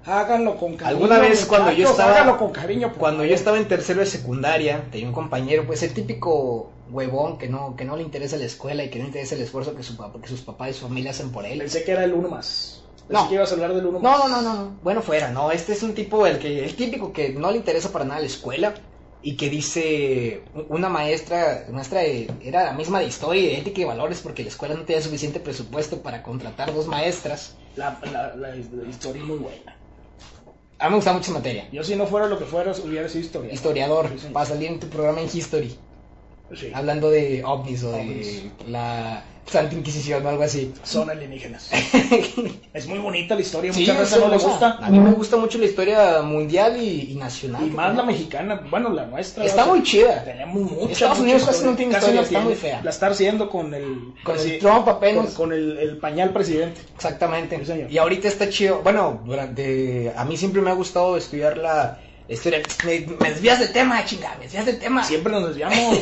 Speaker 3: Háganlo con cariño.
Speaker 2: Alguna vez cuando yo
Speaker 3: muchachos,
Speaker 2: estaba-
Speaker 3: Háganlo con cariño. por
Speaker 2: Cuando yo
Speaker 3: favor.
Speaker 2: estaba en tercero de secundaria, tenía un compañero, pues el típico huevón que no, que no le interesa la escuela y que no le interesa el esfuerzo que, su, pap- que sus papás y su familia hacen por él.
Speaker 3: Pensé que era el uno más. Pensé
Speaker 2: No.
Speaker 3: que ibas a hablar del uno
Speaker 2: No,
Speaker 3: más.
Speaker 2: no, no, no, no. Bueno, fuera, no. Este es un tipo, el, que, el típico que no le interesa para nada la escuela y que dice u- una maestra, maestra de- era la misma de historia y de ética y valores porque la escuela no tenía suficiente presupuesto para contratar dos maestras.
Speaker 3: La, la- la historia es muy buena.
Speaker 2: A mí me gusta mucho esa materia.
Speaker 3: Yo si no fuera lo que fueras, hubiera sido historia.
Speaker 2: Historiador,
Speaker 3: Sí, sí.
Speaker 2: va a salir en tu programa en History.
Speaker 3: Sí.
Speaker 2: Hablando de ovnis o de
Speaker 3: Ovnis.
Speaker 2: la Santa Inquisición o algo así.
Speaker 3: Son alienígenas. es muy bonita la historia.
Speaker 2: Sí,
Speaker 3: Muchas
Speaker 2: es
Speaker 3: veces no le
Speaker 2: hermosa.
Speaker 3: gusta.
Speaker 2: A mí me gusta mucho la historia mundial y, y nacional.
Speaker 3: Y más la mexicana. Bueno, la nuestra.
Speaker 2: Está
Speaker 3: o sea,
Speaker 2: muy chida.
Speaker 3: Tenemos muchas.
Speaker 2: Estados Unidos
Speaker 3: muchas
Speaker 2: casi no tiene historia, está muy fea.
Speaker 3: La está haciendo con el.
Speaker 2: Con el
Speaker 3: presi-
Speaker 2: Trump apenas.
Speaker 3: Con, con el, el pañal presidente.
Speaker 2: Exactamente.
Speaker 3: Sí, señor.
Speaker 2: Y ahorita está chido. Bueno, durante a mí siempre me ha gustado estudiar la historia. Me, me desvías del tema, chinga, me desvías del tema.
Speaker 3: Siempre nos desviamos.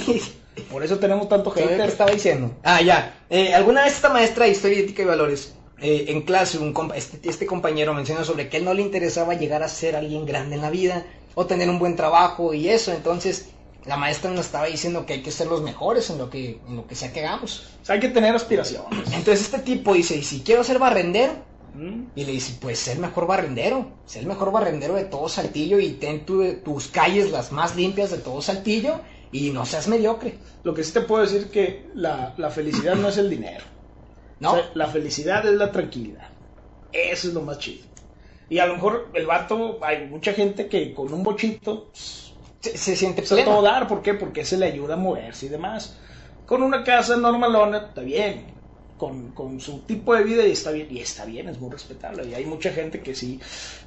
Speaker 3: Por eso tenemos tanto
Speaker 2: Todavía, ¿Qué
Speaker 3: hater.
Speaker 2: estaba diciendo? Ah, ya. Eh, Alguna vez esta maestra de historia, ética y valores, eh, en clase, un compa- este, este compañero mencionó sobre que él no le interesaba llegar a ser alguien grande en la vida o tener un buen trabajo y eso. Entonces, la maestra nos estaba diciendo que hay que ser los mejores en lo que, en lo que sea que hagamos.
Speaker 3: O sea, hay que tener aspiraciones.
Speaker 2: Entonces, este tipo dice: ¿Y si quiero ser barrendero?
Speaker 3: ¿Mm?
Speaker 2: Y le dice: Pues ser mejor barrendero, ser el mejor barrendero de todo Saltillo y ten tu- tus calles las más limpias de todo Saltillo y no seas mediocre.
Speaker 3: Lo que sí te puedo decir que la, la felicidad no es el dinero.
Speaker 2: ¿No?
Speaker 3: O sea, la felicidad es la tranquilidad. Eso es lo más chido. Y a lo mejor el vato, hay mucha gente que con un bochito
Speaker 2: se, se siente
Speaker 3: se
Speaker 2: pleno.
Speaker 3: todo dar. ¿Por qué? Porque se le ayuda a moverse y demás. Con una casa normalona está bien. Con, con su tipo de vida y está bien. Y está bien, es muy respetable. Y hay mucha gente que sí,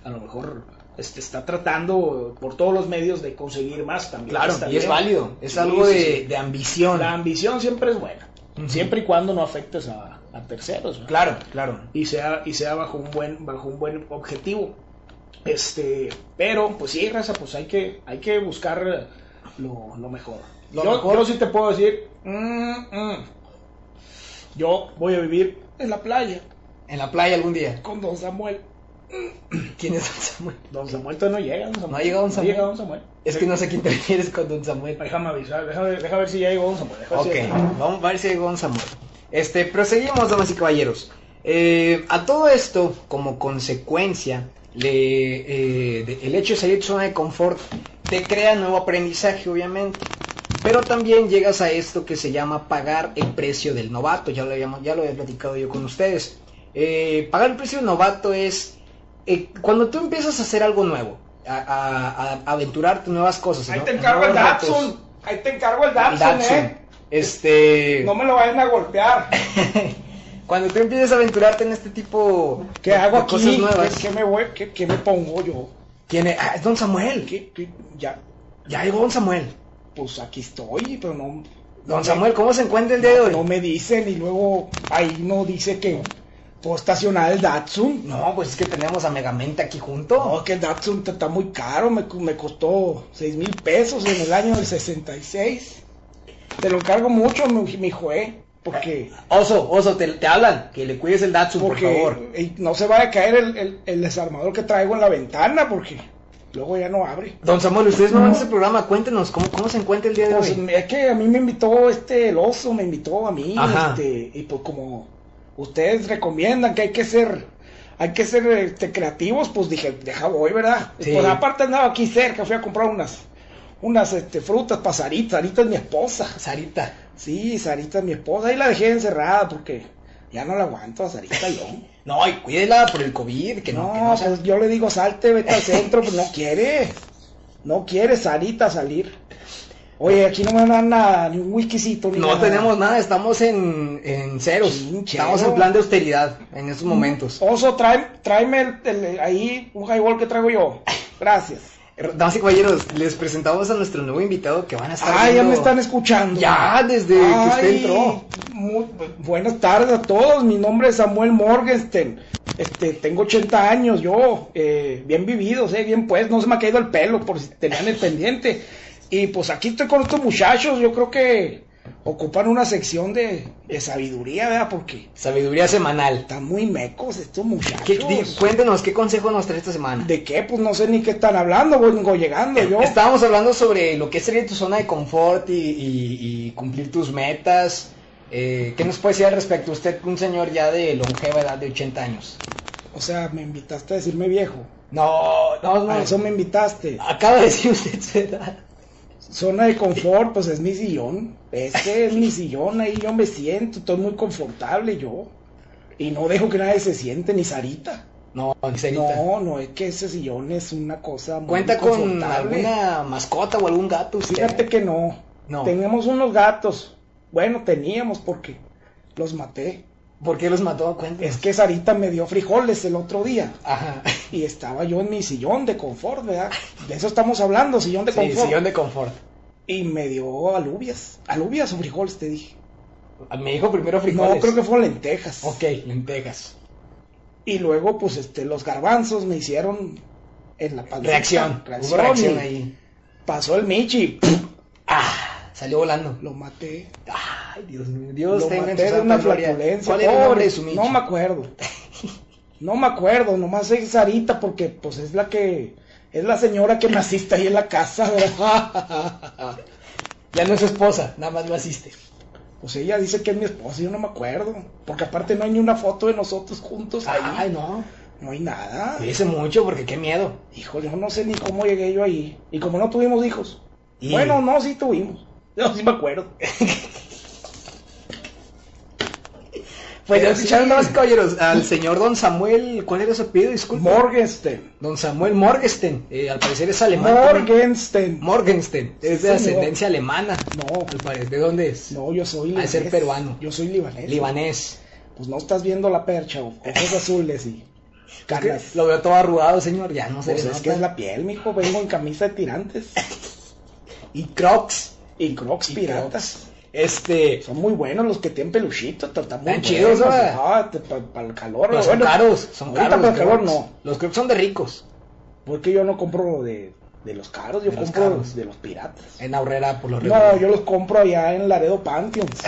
Speaker 3: a lo mejor este, está tratando por todos los medios de conseguir más también.
Speaker 2: Claro,
Speaker 3: está
Speaker 2: y es
Speaker 3: bien.
Speaker 2: válido. Es
Speaker 3: Sí,
Speaker 2: algo
Speaker 3: sí,
Speaker 2: de,
Speaker 3: sí.
Speaker 2: de ambición.
Speaker 3: La ambición siempre es buena. Siempre y cuando no afectes a, a terceros. ¿no?
Speaker 2: Claro, claro.
Speaker 3: y sea, y sea bajo un buen, bajo un buen objetivo. Este, pero pues sí, raza, pues hay que, hay que buscar eh, lo, lo mejor.
Speaker 2: Lo
Speaker 3: yo,
Speaker 2: mejor.
Speaker 3: yo sí te puedo decir, mm, mm, yo voy a vivir en la playa
Speaker 2: En la playa algún día.
Speaker 3: con Don Samuel.
Speaker 2: ¿Quién es Don Samuel?
Speaker 3: Don Samuel todavía no llega, Don Samuel.
Speaker 2: No ha llegado Don Samuel.
Speaker 3: llega Don Samuel.
Speaker 2: Es que no sé a quién te refieres con Don Samuel.
Speaker 3: Déjame avisar, déjame, déjame ver si ya llegó Don Samuel. déjame ver
Speaker 2: Ok,
Speaker 3: si ya-
Speaker 2: vamos a ver si llegó Don Samuel. Este, proseguimos, damas y caballeros. Eh, a todo esto, como consecuencia de, eh, de- el hecho de salir de zona de confort, te crea nuevo aprendizaje, obviamente. Pero también llegas a esto que se llama pagar el precio del novato. Ya lo, habíamos- ya lo había platicado yo con ustedes. Eh, pagar el precio del novato es eh, cuando tú empiezas a hacer algo nuevo, a, a- a aventurarte en nuevas cosas.
Speaker 3: Ahí
Speaker 2: ¿no?
Speaker 3: te
Speaker 2: En
Speaker 3: encargo el
Speaker 2: nuevos retos.
Speaker 3: Datsun. Ahí te encargo pues- el
Speaker 2: El
Speaker 3: Datsun,
Speaker 2: Datsun.
Speaker 3: eh.
Speaker 2: Este.
Speaker 3: No me lo vayan a golpear.
Speaker 2: Cuando tú empiezas a aventurarte en este tipo
Speaker 3: ¿Qué hago
Speaker 2: de
Speaker 3: aquí?
Speaker 2: cosas nuevas,
Speaker 3: ¿Qué, qué me voy- qué- qué me pongo yo? ¿Quién es? Ah, es Don Samuel. ¿Qué? ¿Qué? Ya, ya llegó Don Samuel. Pues aquí estoy, pero no.
Speaker 2: Don Samuel, ¿cómo se encuentra el día de hoy?
Speaker 3: No me dicen y luego ahí no dice que puedo estacionar el Datsun.
Speaker 2: No, pues es que tenemos a Megamente aquí junto.
Speaker 3: No, que el Datsun está- está muy caro, me, cu- me costó 6 mil pesos en el año del 66. Te lo encargo mucho, mi, mi jue, porque,
Speaker 2: Oso, oso, te, te hablan. Que le cuides el Datsun,
Speaker 3: porque
Speaker 2: Eh, por favor.
Speaker 3: eh, no se va a caer el, el- el desarmador que traigo en la ventana, porque luego ya no abre.
Speaker 2: Don Samuel, ustedes no van a ese programa. Cuéntenos, ¿cómo, ¿cómo se encuentra el día de
Speaker 3: Pues,
Speaker 2: hoy?
Speaker 3: es que a mí me invitó este el oso, me invitó a mí,
Speaker 2: Ajá.
Speaker 3: este, y pues como ustedes recomiendan que hay que ser, hay que ser este, creativos, pues dije, deja voy, ¿verdad? Y
Speaker 2: Sí.
Speaker 3: Pues aparte andaba aquí cerca, fui a comprar unas, unas este, frutas para Sarita, Sarita es mi esposa,
Speaker 2: Sarita.
Speaker 3: sí, Sarita es mi esposa, y la dejé encerrada porque ya no la aguanto a Sarita yo.
Speaker 2: No, y cuídela por el COVID, que no,
Speaker 3: no,
Speaker 2: que no sea-
Speaker 3: pues yo le digo salte, vete al centro, pues no quiere. No quiere Sarita salir. Oye, aquí no me dan nada, ni un whiskycito, ni
Speaker 2: No
Speaker 3: nada.
Speaker 2: tenemos nada, estamos en, en ceros.
Speaker 3: Sí, cero.
Speaker 2: Estamos en plan de austeridad en
Speaker 3: Mm.
Speaker 2: estos momentos.
Speaker 3: Oso, trae- tráeme el- el- ahí un highball que traigo yo. Gracias.
Speaker 2: Damas y caballeros, les presentamos a nuestro nuevo invitado que van a estar.
Speaker 3: Ah, ya
Speaker 2: viendo-
Speaker 3: me están escuchando.
Speaker 2: Ya, desde que usted
Speaker 3: Ay,
Speaker 2: entró.
Speaker 3: mu- buenas tardes a todos. Mi nombre es Samuel Morgenstern. Este, tengo 80 años, yo, eh, bien vividos, eh, bien pues, no se me ha caído el pelo por si tenían el pendiente. Y pues aquí estoy con estos muchachos, yo creo que ocupan una sección de, de sabiduría, ¿verdad? Porque
Speaker 2: Sabiduría semanal.
Speaker 3: están muy mecos estos
Speaker 2: ¿Qué-
Speaker 3: muchachos.
Speaker 2: di- cuéntenos, ¿qué consejo nos trae esta semana?
Speaker 3: ¿De qué? Pues no sé ni qué están hablando, vengo
Speaker 2: Eh,
Speaker 3: llegando yo.
Speaker 2: Estábamos hablando sobre lo que sería tu zona de confort y, y- y cumplir tus metas. Eh, ¿Qué nos puede decir al respecto? Usted, un señor ya de longeva edad de 80 años.
Speaker 3: O sea, me invitaste a decirme viejo.
Speaker 2: No, no, Ah, no.
Speaker 3: A Ah, eso me invitaste.
Speaker 2: Acaba de decir usted su edad.
Speaker 3: Zona de confort, pues es mi sillón. Este es mi sillón, ahí yo me siento, estoy muy confortable yo. Y no dejo que nadie se siente, ni Sarita.
Speaker 2: No, en serio.
Speaker 3: No, no, es que ese sillón es una cosa muy
Speaker 2: ¿Cuenta con
Speaker 3: confortable.
Speaker 2: alguna mascota o algún gato usted?
Speaker 3: Fíjate que no.
Speaker 2: No.
Speaker 3: Teníamos unos gatos. Bueno, teníamos porque los maté.
Speaker 2: ¿Por qué los mató? Cuenta.
Speaker 3: Es que Sarita me dio frijoles el otro día.
Speaker 2: Ajá.
Speaker 3: Y estaba yo en mi sillón de confort, ¿verdad? De eso estamos hablando, sillón de
Speaker 2: Sí,
Speaker 3: confort.
Speaker 2: sillón de confort.
Speaker 3: Y me dio alubias. Alubias o frijoles, te dije.
Speaker 2: Me dijo primero frijoles.
Speaker 3: No, creo que fueron lentejas.
Speaker 2: Ok, lentejas.
Speaker 3: Y luego, pues, este, los garbanzos me hicieron en la pancita.
Speaker 2: Reacción. Hubo reacción
Speaker 3: y
Speaker 2: ahí.
Speaker 3: Pasó el Michi.
Speaker 2: Ah, salió volando.
Speaker 3: Lo maté.
Speaker 2: Ay, Dios mío. Dios
Speaker 3: lo
Speaker 2: tenga en
Speaker 3: maté
Speaker 2: su
Speaker 3: de
Speaker 2: santa
Speaker 3: una
Speaker 2: gloria.
Speaker 3: flatulencia.
Speaker 2: ¿Cuál era el nombre
Speaker 3: Pobre,
Speaker 2: de su micho?
Speaker 3: No me acuerdo. No me acuerdo. Nomás es Sarita porque, pues, es la que... Es la señora que me asiste ahí en la casa, ¿verdad?
Speaker 2: Ya no es su esposa, nada más lo asiste.
Speaker 3: Pues ella dice que es mi esposa, yo no me acuerdo. Porque aparte no hay ni una foto de nosotros juntos ahí.
Speaker 2: Ay, no.
Speaker 3: No hay nada.
Speaker 2: Cuídese mucho porque qué miedo.
Speaker 3: Híjole, yo no sé ni cómo llegué yo ahí. Y como no tuvimos hijos.
Speaker 2: Y-
Speaker 3: Bueno, no, sí tuvimos. Yo sí me acuerdo.
Speaker 2: Pues ya
Speaker 3: Pero
Speaker 2: escucharon,
Speaker 3: sí.
Speaker 2: damas y caballeros, al señor Don Samuel, ¿cuál era su apellido? Disculpe.
Speaker 3: Morgenstern. Ah,
Speaker 2: Don Samuel Morgenstern. Eh, al parecer es alemán.
Speaker 3: Morgenstern.
Speaker 2: Morgenstern.
Speaker 3: Sí,
Speaker 2: Es de
Speaker 3: señor.
Speaker 2: ascendencia alemana.
Speaker 3: No, pues,
Speaker 2: Al parecer, ¿de dónde es?
Speaker 3: no, yo soy
Speaker 2: Ha de
Speaker 3: libanés.
Speaker 2: ser peruano.
Speaker 3: Yo soy libanés.
Speaker 2: Libanés.
Speaker 3: Pues no estás viendo la percha, o ojos azules y caras.
Speaker 2: Lo veo todo arrugado, señor. Ya no sé.
Speaker 3: Pues es que es la piel, mijo. Vengo en camisa de tirantes.
Speaker 2: Y Crocs.
Speaker 3: Y crocs
Speaker 2: Y
Speaker 3: piratas.
Speaker 2: Este.
Speaker 3: Son muy buenos los que tienen peluchito, están muy
Speaker 2: Están chidos,
Speaker 3: buenos.
Speaker 2: ¿verdad?
Speaker 3: Ah, te- pa- para el calor.
Speaker 2: pero pues son
Speaker 3: bueno,
Speaker 2: caros. Son
Speaker 3: ahorita para
Speaker 2: caros.
Speaker 3: el
Speaker 2: los
Speaker 3: calor
Speaker 2: Crocs.
Speaker 3: no.
Speaker 2: Los Crocs son de ricos.
Speaker 3: Porque yo no compro de, de los caros, yo
Speaker 2: De los
Speaker 3: compro
Speaker 2: caros.
Speaker 3: de los piratas.
Speaker 2: En Aurrera, por los
Speaker 3: No, yo los compro allá en Laredo Pantheons.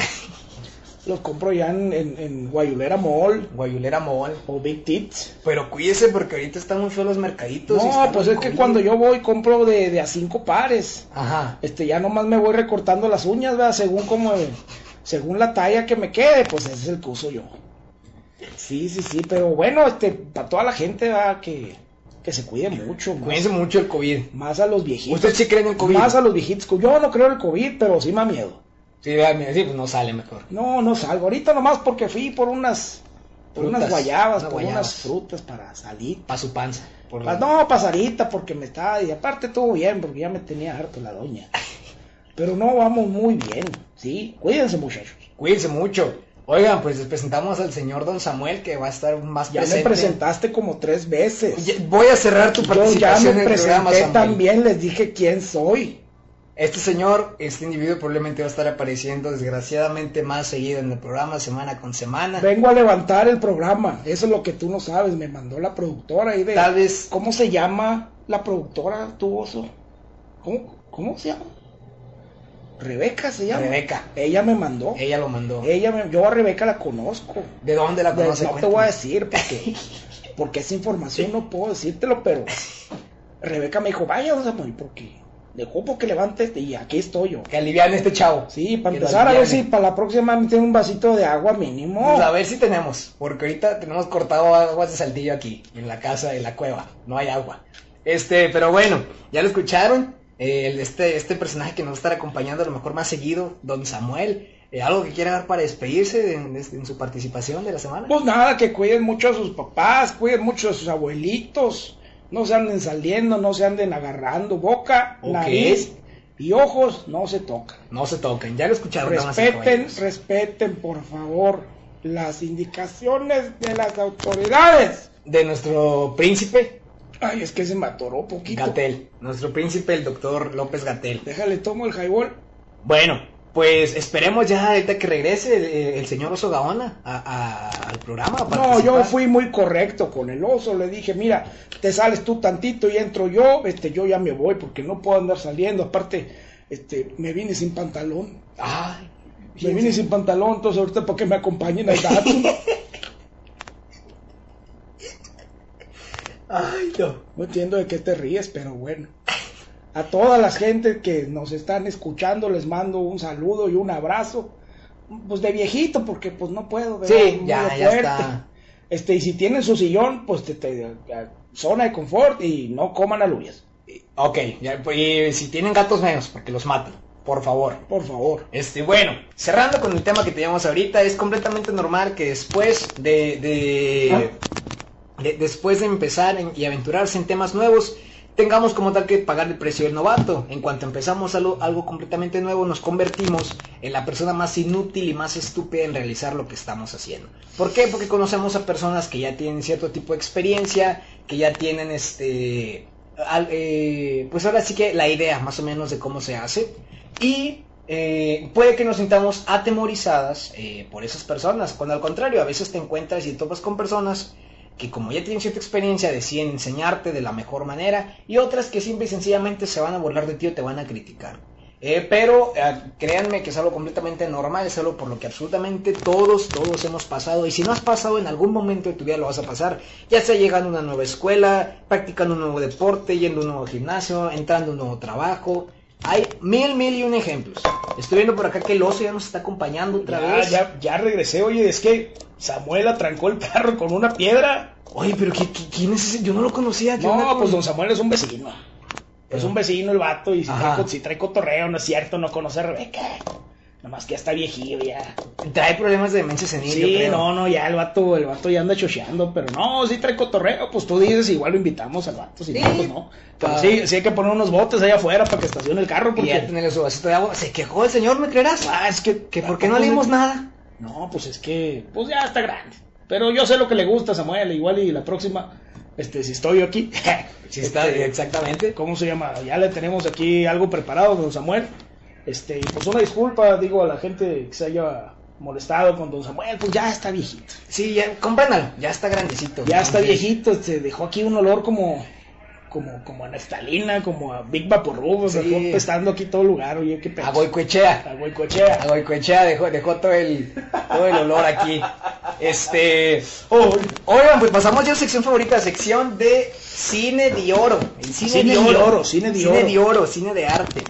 Speaker 3: los compro allá en, en, en Guayulera Mall
Speaker 2: Guayulera Mall.
Speaker 3: o Big Tits.
Speaker 2: Pero cuídese porque ahorita están muy feos los mercaditos. y
Speaker 3: No,
Speaker 2: está
Speaker 3: pues
Speaker 2: muy
Speaker 3: es que
Speaker 2: COVID.
Speaker 3: cuando yo voy compro de, de a cinco pares.
Speaker 2: Ajá.
Speaker 3: Este, ya nomás me voy recortando las uñas, ¿verdad? Según como, eh, según la talla que me quede, pues ese es el que uso yo. Sí, sí, sí, pero bueno, este, para toda la gente, ¿verdad? Que, que se cuide mucho. más-
Speaker 2: Cuídense mucho el COVID.
Speaker 3: Más a los viejitos.
Speaker 2: ¿Usted sí cree en el COVID?
Speaker 3: Más a los viejitos. Yo no creo en el COVID, pero sí me da miedo.
Speaker 2: Sí, vea, mira, sí, pues no sale mejor.
Speaker 3: No, no salgo. Ahorita nomás porque fui por unas, por
Speaker 2: Frutas,
Speaker 3: unas guayabas,
Speaker 2: unas
Speaker 3: por
Speaker 2: guayabas.
Speaker 3: unas frutas para salir.
Speaker 2: Pa' su panza. Por
Speaker 3: Ah, no, pasarita, porque me estaba. Y aparte estuvo bien, porque ya me tenía harto la doña. Pero no, vamos muy bien. Sí, cuídense, muchachos.
Speaker 2: Cuídense mucho. Oigan, pues les presentamos al señor Don Samuel que va a estar más
Speaker 4: Ya me
Speaker 2: presente.
Speaker 4: presentaste como tres veces.
Speaker 2: Oye, Voy a cerrar tu
Speaker 4: Yo ya
Speaker 2: participación
Speaker 4: me
Speaker 2: en el programa,
Speaker 4: presenté
Speaker 2: Samuel.
Speaker 4: también, les dije quién soy.
Speaker 2: Este señor, este individuo probablemente va a estar apareciendo desgraciadamente más seguido en el programa, semana con semana.
Speaker 4: Vengo a levantar el programa. Eso es lo que tú no sabes. Me mandó la productora ahí de.
Speaker 2: Tal vez
Speaker 4: ¿Cómo se llama la productora, tu oso? ¿Cómo, cómo se llama? Rebeca se llama.
Speaker 2: Rebeca,
Speaker 4: Ella me mandó.
Speaker 2: ella lo mandó.
Speaker 4: Ella me- yo a Rebeca la conozco.
Speaker 2: ¿De dónde la
Speaker 4: De-
Speaker 2: conoce?
Speaker 4: no te
Speaker 2: Cuéntame.
Speaker 4: voy a decir porque, porque esa información no puedo decírtelo, pero Rebeca me dijo, vaya, don Samuel, porque dejó porque levante este y aquí estoy yo.
Speaker 2: Que alivian este chavo.
Speaker 4: Sí, para
Speaker 2: Que lo
Speaker 4: empezar a ver si
Speaker 2: aliviane.
Speaker 4: para la próxima me tiene un vasito de agua mínimo.
Speaker 2: Pues a ver si tenemos, porque ahorita tenemos cortado aguas de saltillo aquí, en la casa, en la cueva, no hay agua. Este, pero bueno, ya lo escucharon, eh, el- este, este personaje que nos va a estar acompañando a lo mejor más seguido, Don Samuel, eh, algo que quiera dar para despedirse de- en, este- en su participación de la semana.
Speaker 4: Pues nada, que cuiden mucho a sus papás, cuiden mucho a sus abuelitos, no se anden saliendo, no se anden agarrando boca,
Speaker 2: Ok.
Speaker 4: nariz y ojos, no se tocan.
Speaker 2: No se toquen, ya lo escucharon. damas y
Speaker 4: Respeten,
Speaker 2: caballeros.
Speaker 4: respeten por favor las indicaciones de las autoridades.
Speaker 2: de nuestro príncipe,
Speaker 4: Ay, es que se me atoró poquito.
Speaker 2: Gatel, nuestro príncipe, el doctor López Gatel.
Speaker 4: Déjale, tomo el highball.
Speaker 2: Bueno, pues esperemos ya ahorita que regrese el, eh, el señor Oso Gaona a- a- al programa. a
Speaker 4: No,
Speaker 2: participar.
Speaker 4: yo fui muy correcto con el oso, le dije, mira, te sales tú tantito y entro yo, este, yo ya me voy porque no puedo andar saliendo, aparte, este, me vine sin pantalón,
Speaker 2: Ay, Pues
Speaker 4: me vine sin pantalón, entonces ahorita para que me acompañen al gato.
Speaker 2: ay, no.
Speaker 4: No entiendo de qué te ríes, pero bueno. A toda la gente que nos están escuchando les mando un saludo y un abrazo. Pues de viejito, porque pues no puedo. ¿verdad?
Speaker 2: Sí,
Speaker 4: No
Speaker 2: ya,
Speaker 4: de
Speaker 2: ya
Speaker 4: fuerte.
Speaker 2: está.
Speaker 4: Este, y si tienen su sillón, pues te, te- a- zona de confort y no coman alubias,
Speaker 2: Ok, ya, pues, y si tienen gatos menos, porque los matan, por favor.
Speaker 4: por favor.
Speaker 2: Este, bueno, cerrando con el tema que teníamos ahorita, es completamente normal que después de, de, de- después de empezar en- y aventurarse en temas nuevos, tengamos como tal que pagar el precio del novato. En cuanto empezamos algo, algo completamente nuevo, nos convertimos en la persona más inútil y más estúpida en realizar lo que estamos haciendo. ¿Por qué? Porque conocemos a personas que ya tienen cierto tipo de experiencia, que ya tienen este... al- eh, pues ahora sí que la idea más o menos de cómo se hace y eh, puede que nos sintamos atemorizadas eh, por esas personas, cuando al contrario, a veces te encuentras y topas con personas que como ya tienen cierta experiencia deciden enseñarte de la mejor manera y otras que simple y sencillamente se van a burlar de ti o te van a criticar. Eh, pero eh, créanme que es algo completamente normal, es algo por lo que absolutamente todos, todos hemos pasado. Y si no has pasado en algún momento de tu vida, lo vas a pasar. Ya sea llegando a una nueva escuela, practicando un nuevo deporte, yendo a un nuevo gimnasio, entrando a un nuevo trabajo. Hay mil, mil y un ejemplos. Estoy viendo por acá que el oso ya nos está acompañando otra
Speaker 3: Ya,
Speaker 2: vez.
Speaker 3: ya, ya regresé, oye, es que Samuel atrancó el perro con una piedra.
Speaker 2: Oye, pero ¿qué- qué- ¿quién es ese? Yo no lo conocía. ¿qué onda
Speaker 3: No,
Speaker 2: con-
Speaker 3: pues don Samuel es un vecino. Es un vecino el vato y si trae,
Speaker 2: Ajá.
Speaker 3: co- si trae cotorreo, no es cierto, no conoce a Rebeca. Nomás que ya está viejillo ya.
Speaker 2: Trae problemas de demencia senil, yo
Speaker 3: Sí,
Speaker 2: creo.
Speaker 3: no, no, ya el vato, el vato ya anda chocheando, pero no, sí trae cotorreo, pues tú dices, igual lo invitamos al vato, si
Speaker 2: Sí.
Speaker 3: no, pues no. Pero
Speaker 2: Ah.
Speaker 3: sí, sí hay que poner unos botes allá afuera para que estacione el carro,
Speaker 2: Y ya
Speaker 3: porque...
Speaker 2: tenerle su vasito de agua. Se quejó el señor, ¿me creerás?
Speaker 3: Ah, es que...
Speaker 2: Que por qué no leímos nada.
Speaker 3: No, pues es que, pues ya está grande. Pero yo sé lo que le gusta a Samuel, igual y la próxima, este, si estoy yo aquí,
Speaker 2: Sí, está,
Speaker 3: este,
Speaker 2: exactamente.
Speaker 3: ¿cómo se llama? Ya le tenemos aquí algo preparado, don Samuel. Este, y pues una disculpa, digo, a la gente que se haya molestado con don Samuel, pues ya está viejito.
Speaker 2: Sí, ya, compréndalo, ya está grandecito.
Speaker 3: Ya está
Speaker 2: Entonces,
Speaker 3: viejito, se dejó aquí un olor como como como a naftalina, como a Big Vaporub, o sea,
Speaker 2: Sí.
Speaker 3: dejó pestando aquí todo lugar, oye, qué
Speaker 2: A
Speaker 3: pedo.
Speaker 2: Goicoechea,
Speaker 3: A Goicoechea.
Speaker 2: a Goicoechea dejó, dejó todo, el, todo el olor aquí. Este.
Speaker 3: Oh,
Speaker 2: Oigan, pues pasamos ya a la sección favorita, sección de cine de oro. El cine,
Speaker 3: Cine
Speaker 2: de,
Speaker 3: de
Speaker 2: oro,
Speaker 3: oro, cine de oro.
Speaker 2: cine de arte.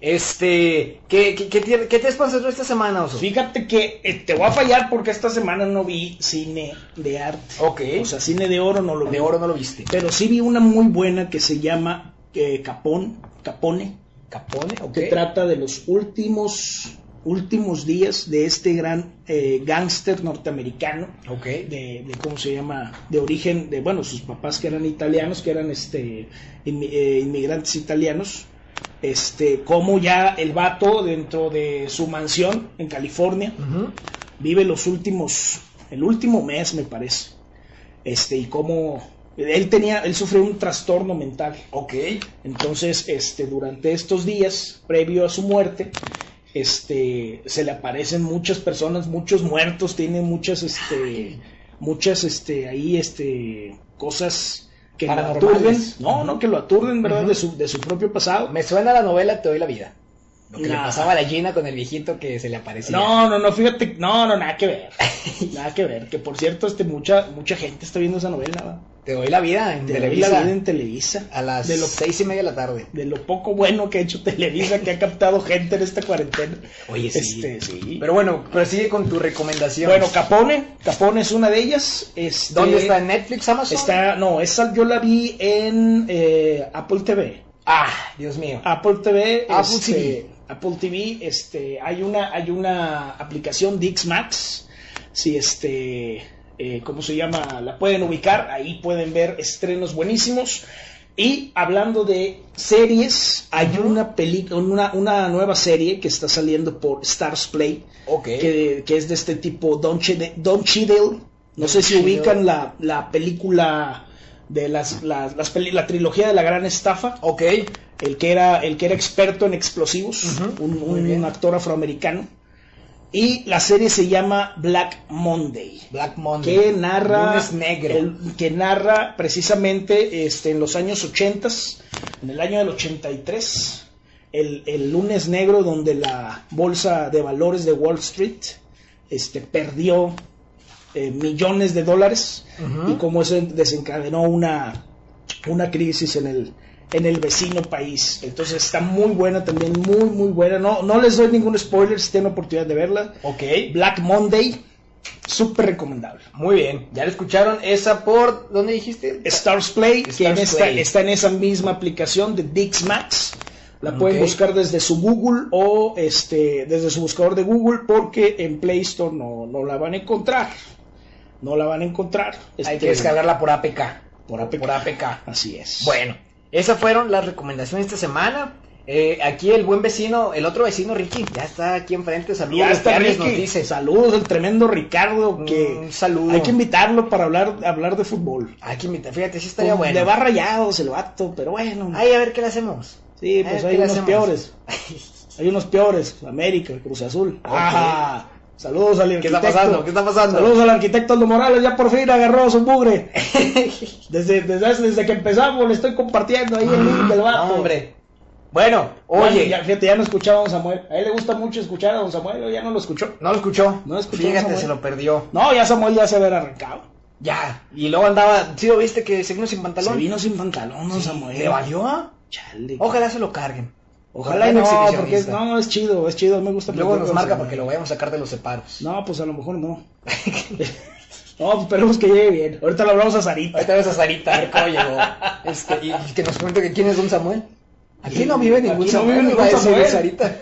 Speaker 2: Este. ¿Qué, qué, qué, tiene- qué te sponsor esta semana, Oso?
Speaker 3: Fíjate que eh, te voy a fallar porque esta semana no vi cine de arte.
Speaker 2: Ok.
Speaker 3: O sea, cine de oro no lo vi.
Speaker 2: de oro no lo viste.
Speaker 3: Pero sí vi una muy buena que se llama eh, Capón, Capone,
Speaker 2: Capone, ok.
Speaker 3: que trata de los últimos últimos días de este gran eh, gángster norteamericano
Speaker 2: Ok.
Speaker 3: de, de cómo se llama de origen de bueno sus papás que eran italianos que eran este inmi- eh, inmigrantes italianos este como ya el vato dentro de su mansión en California
Speaker 2: Ujú.
Speaker 3: vive los últimos, el último mes me parece, este, y cómo él tenía, él sufrió un trastorno mental.
Speaker 2: Ok.
Speaker 3: Entonces, este, durante estos días, previo a su muerte, este, se le aparecen muchas personas, muchos muertos, tiene muchas, este, muchas, este, ahí, este, cosas que lo aturden.
Speaker 2: Paranormales.
Speaker 3: No, no, que lo aturden, ¿verdad?
Speaker 2: Ujú.
Speaker 3: de, su, de su propio pasado.
Speaker 2: Me suena la novela Te doy la vida. Lo que le
Speaker 3: Nah.
Speaker 2: pasaba a la Gina con el viejito que se le aparecía.
Speaker 3: No, no, no, fíjate, no, no, nada que ver. Nada que ver. Que por cierto, este, mucha, mucha gente está viendo esa novela, ¿va?
Speaker 2: Te doy la vida en
Speaker 3: Te doy
Speaker 2: Televisa.
Speaker 3: la vida en Televisa.
Speaker 2: A las
Speaker 3: de lo,
Speaker 2: seis y media de la tarde.
Speaker 3: de lo poco bueno que ha hecho Televisa, que ha captado gente en esta cuarentena.
Speaker 2: Oye, sí.
Speaker 3: Este, sí.
Speaker 2: Pero bueno, prosigue con tu recomendación.
Speaker 3: bueno, Capone, Capone es una de ellas. Este,
Speaker 2: ¿dónde está? ¿En Netflix, Amazon?
Speaker 3: Está, no, esa yo la vi en eh, Apple TV.
Speaker 2: Ah, Dios mío.
Speaker 3: Apple TV,
Speaker 2: Apple
Speaker 3: este,
Speaker 2: TV.
Speaker 3: Apple TV, este, hay una, hay una aplicación Dix Max, si este, eh, ¿cómo se llama? La pueden ubicar, ahí pueden ver estrenos buenísimos. Y hablando de series, hay una peli, una, una nueva serie que está saliendo por Stars Play,
Speaker 2: ok.
Speaker 3: que, que es de este tipo Don, Chide- Don Cheadle. No sé si
Speaker 2: Cheadle.
Speaker 3: ubican la, la película de las, las, las peli- la trilogía de la gran estafa
Speaker 2: Ok.
Speaker 3: el que era el que era experto en explosivos,
Speaker 2: Ujú,
Speaker 3: un,
Speaker 2: muy
Speaker 3: un
Speaker 2: bien.
Speaker 3: actor afroamericano. Y la serie se llama Black Monday,
Speaker 2: Black Monday.
Speaker 3: que narra
Speaker 2: Lunes negro.
Speaker 3: el- que narra precisamente este en los años 80, en el año del 83, el, el lunes negro donde la bolsa de valores de Wall Street este perdió eh, millones de dólares
Speaker 2: Ujú.
Speaker 3: y cómo eso desencadenó una, una crisis en el, en el vecino país. Entonces está muy buena también, muy, muy buena. No, no les doy ningún spoiler si tienen oportunidad de verla.
Speaker 2: Ok.
Speaker 3: Black Monday, súper recomendable.
Speaker 2: Muy bien. Ya lo escucharon. Esa por. ¿Dónde dijiste?
Speaker 3: Stars Play, que en
Speaker 2: Stars
Speaker 3: esta-
Speaker 2: Play.
Speaker 3: está en esa misma aplicación de Dix Max. La pueden
Speaker 2: Ok.
Speaker 3: buscar desde su Google o este desde su buscador de Google porque en Play Store no, no la van a encontrar. No la van a encontrar.
Speaker 2: Hay
Speaker 3: Este,
Speaker 2: que descargarla por APK.
Speaker 3: Por APK.
Speaker 2: Por APK.
Speaker 3: Así es.
Speaker 2: Bueno, esas fueron las recomendaciones de esta semana. Eh, aquí el buen vecino, el otro vecino Ricky, ya está aquí enfrente. Saludos.
Speaker 3: Ya está
Speaker 2: Carlos
Speaker 3: Ricky.
Speaker 2: Nos dice.
Speaker 3: Saludos el tremendo Ricardo que
Speaker 2: Un saludo.
Speaker 3: hay que invitarlo para hablar hablar de fútbol.
Speaker 2: Hay Ah, que invitar. Fíjate, sí estaría
Speaker 3: Pues,
Speaker 2: bueno.
Speaker 3: Le va rayados el vato, pero bueno.
Speaker 2: Ay, a ver qué le hacemos.
Speaker 3: sí,
Speaker 2: a
Speaker 3: pues
Speaker 2: ver
Speaker 3: hay
Speaker 2: qué le
Speaker 3: unos
Speaker 2: hacemos.
Speaker 3: peores. Hay unos peores, América, Cruz Azul. Ajá. Saludos al
Speaker 2: ¿Qué
Speaker 3: arquitecto.
Speaker 2: está pasando? ¿Qué está pasando?
Speaker 3: Saludos al arquitecto Aldo Morales, ya por fin agarró su mugre. Desde, desde, hace- desde que empezamos le estoy compartiendo ahí el link del vato.
Speaker 2: Ah, No, hombre. Bueno,
Speaker 3: Oye,
Speaker 2: oye,
Speaker 3: ya, fíjate, ya no escuchaba a don Samuel. A él le gusta mucho escuchar a don Samuel, ya no lo escuchó.
Speaker 2: no lo escuchó.
Speaker 3: No lo escuchó,
Speaker 2: Fíjate,
Speaker 3: Samuel.
Speaker 2: se lo perdió.
Speaker 3: No, ya Samuel ya se había arrancado.
Speaker 2: Ya. Y luego andaba, sí, ¿lo viste que se vino sin
Speaker 3: Se
Speaker 2: pantalón?
Speaker 3: vino sin pantalón, don Samuel.
Speaker 2: ¿Le valió? ah?
Speaker 3: Chale.
Speaker 2: Ojalá se lo carguen.
Speaker 3: Ojalá y no,
Speaker 2: Porque es
Speaker 3: porque es,
Speaker 2: exhibicionista.
Speaker 3: no, es chido, es chido, me gusta.
Speaker 2: Luego
Speaker 3: platicar
Speaker 2: nos
Speaker 3: con
Speaker 2: marca
Speaker 3: Samuel.
Speaker 2: porque lo vayamos a sacar de los separos.
Speaker 3: No, pues a lo mejor no. no, pues esperemos que llegue bien. Ahorita lo hablamos a Sarita.
Speaker 2: Ahorita ves a Sarita, a ver cómo llegó. Este, y que nos comente que quién es Don Samuel. Aquí no vive ningún
Speaker 3: Aquí no
Speaker 2: Samuel,
Speaker 3: vive ningún
Speaker 2: va a decir
Speaker 3: Samuel.
Speaker 2: Sarita.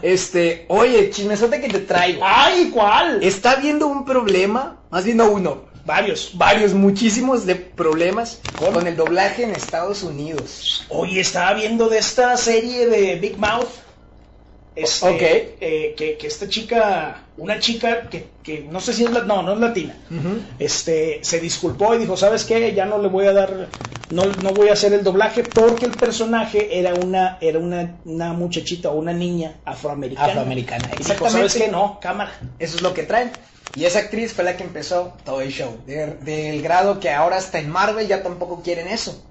Speaker 2: Este, oye, chismesote que te traigo.
Speaker 3: ¡Ay, cuál!
Speaker 2: Está habiendo un problema, más bien no uno,
Speaker 3: Varios.
Speaker 2: varios, muchísimos de problemas
Speaker 3: ¿Cómo?
Speaker 2: con el doblaje en Estados Unidos.
Speaker 3: Oye, estaba viendo de esta serie de Big Mouth. Este,
Speaker 2: Ok.
Speaker 3: eh, que, que esta chica, una chica que, que no sé si es la, no, no es latina. este, se disculpó y dijo, ¿sabes qué? Ya no le voy a dar, no, no voy a hacer el doblaje porque el personaje era una, era una, una muchachita o una niña afroamericana.
Speaker 2: Afroamericana,
Speaker 3: Y dijo,
Speaker 2: exactamente.
Speaker 3: ¿sabes qué? No, cámara.
Speaker 2: Eso es lo que traen. Y esa actriz fue la que empezó todo el show. De- del grado que ahora hasta en Marvel ya tampoco quieren eso.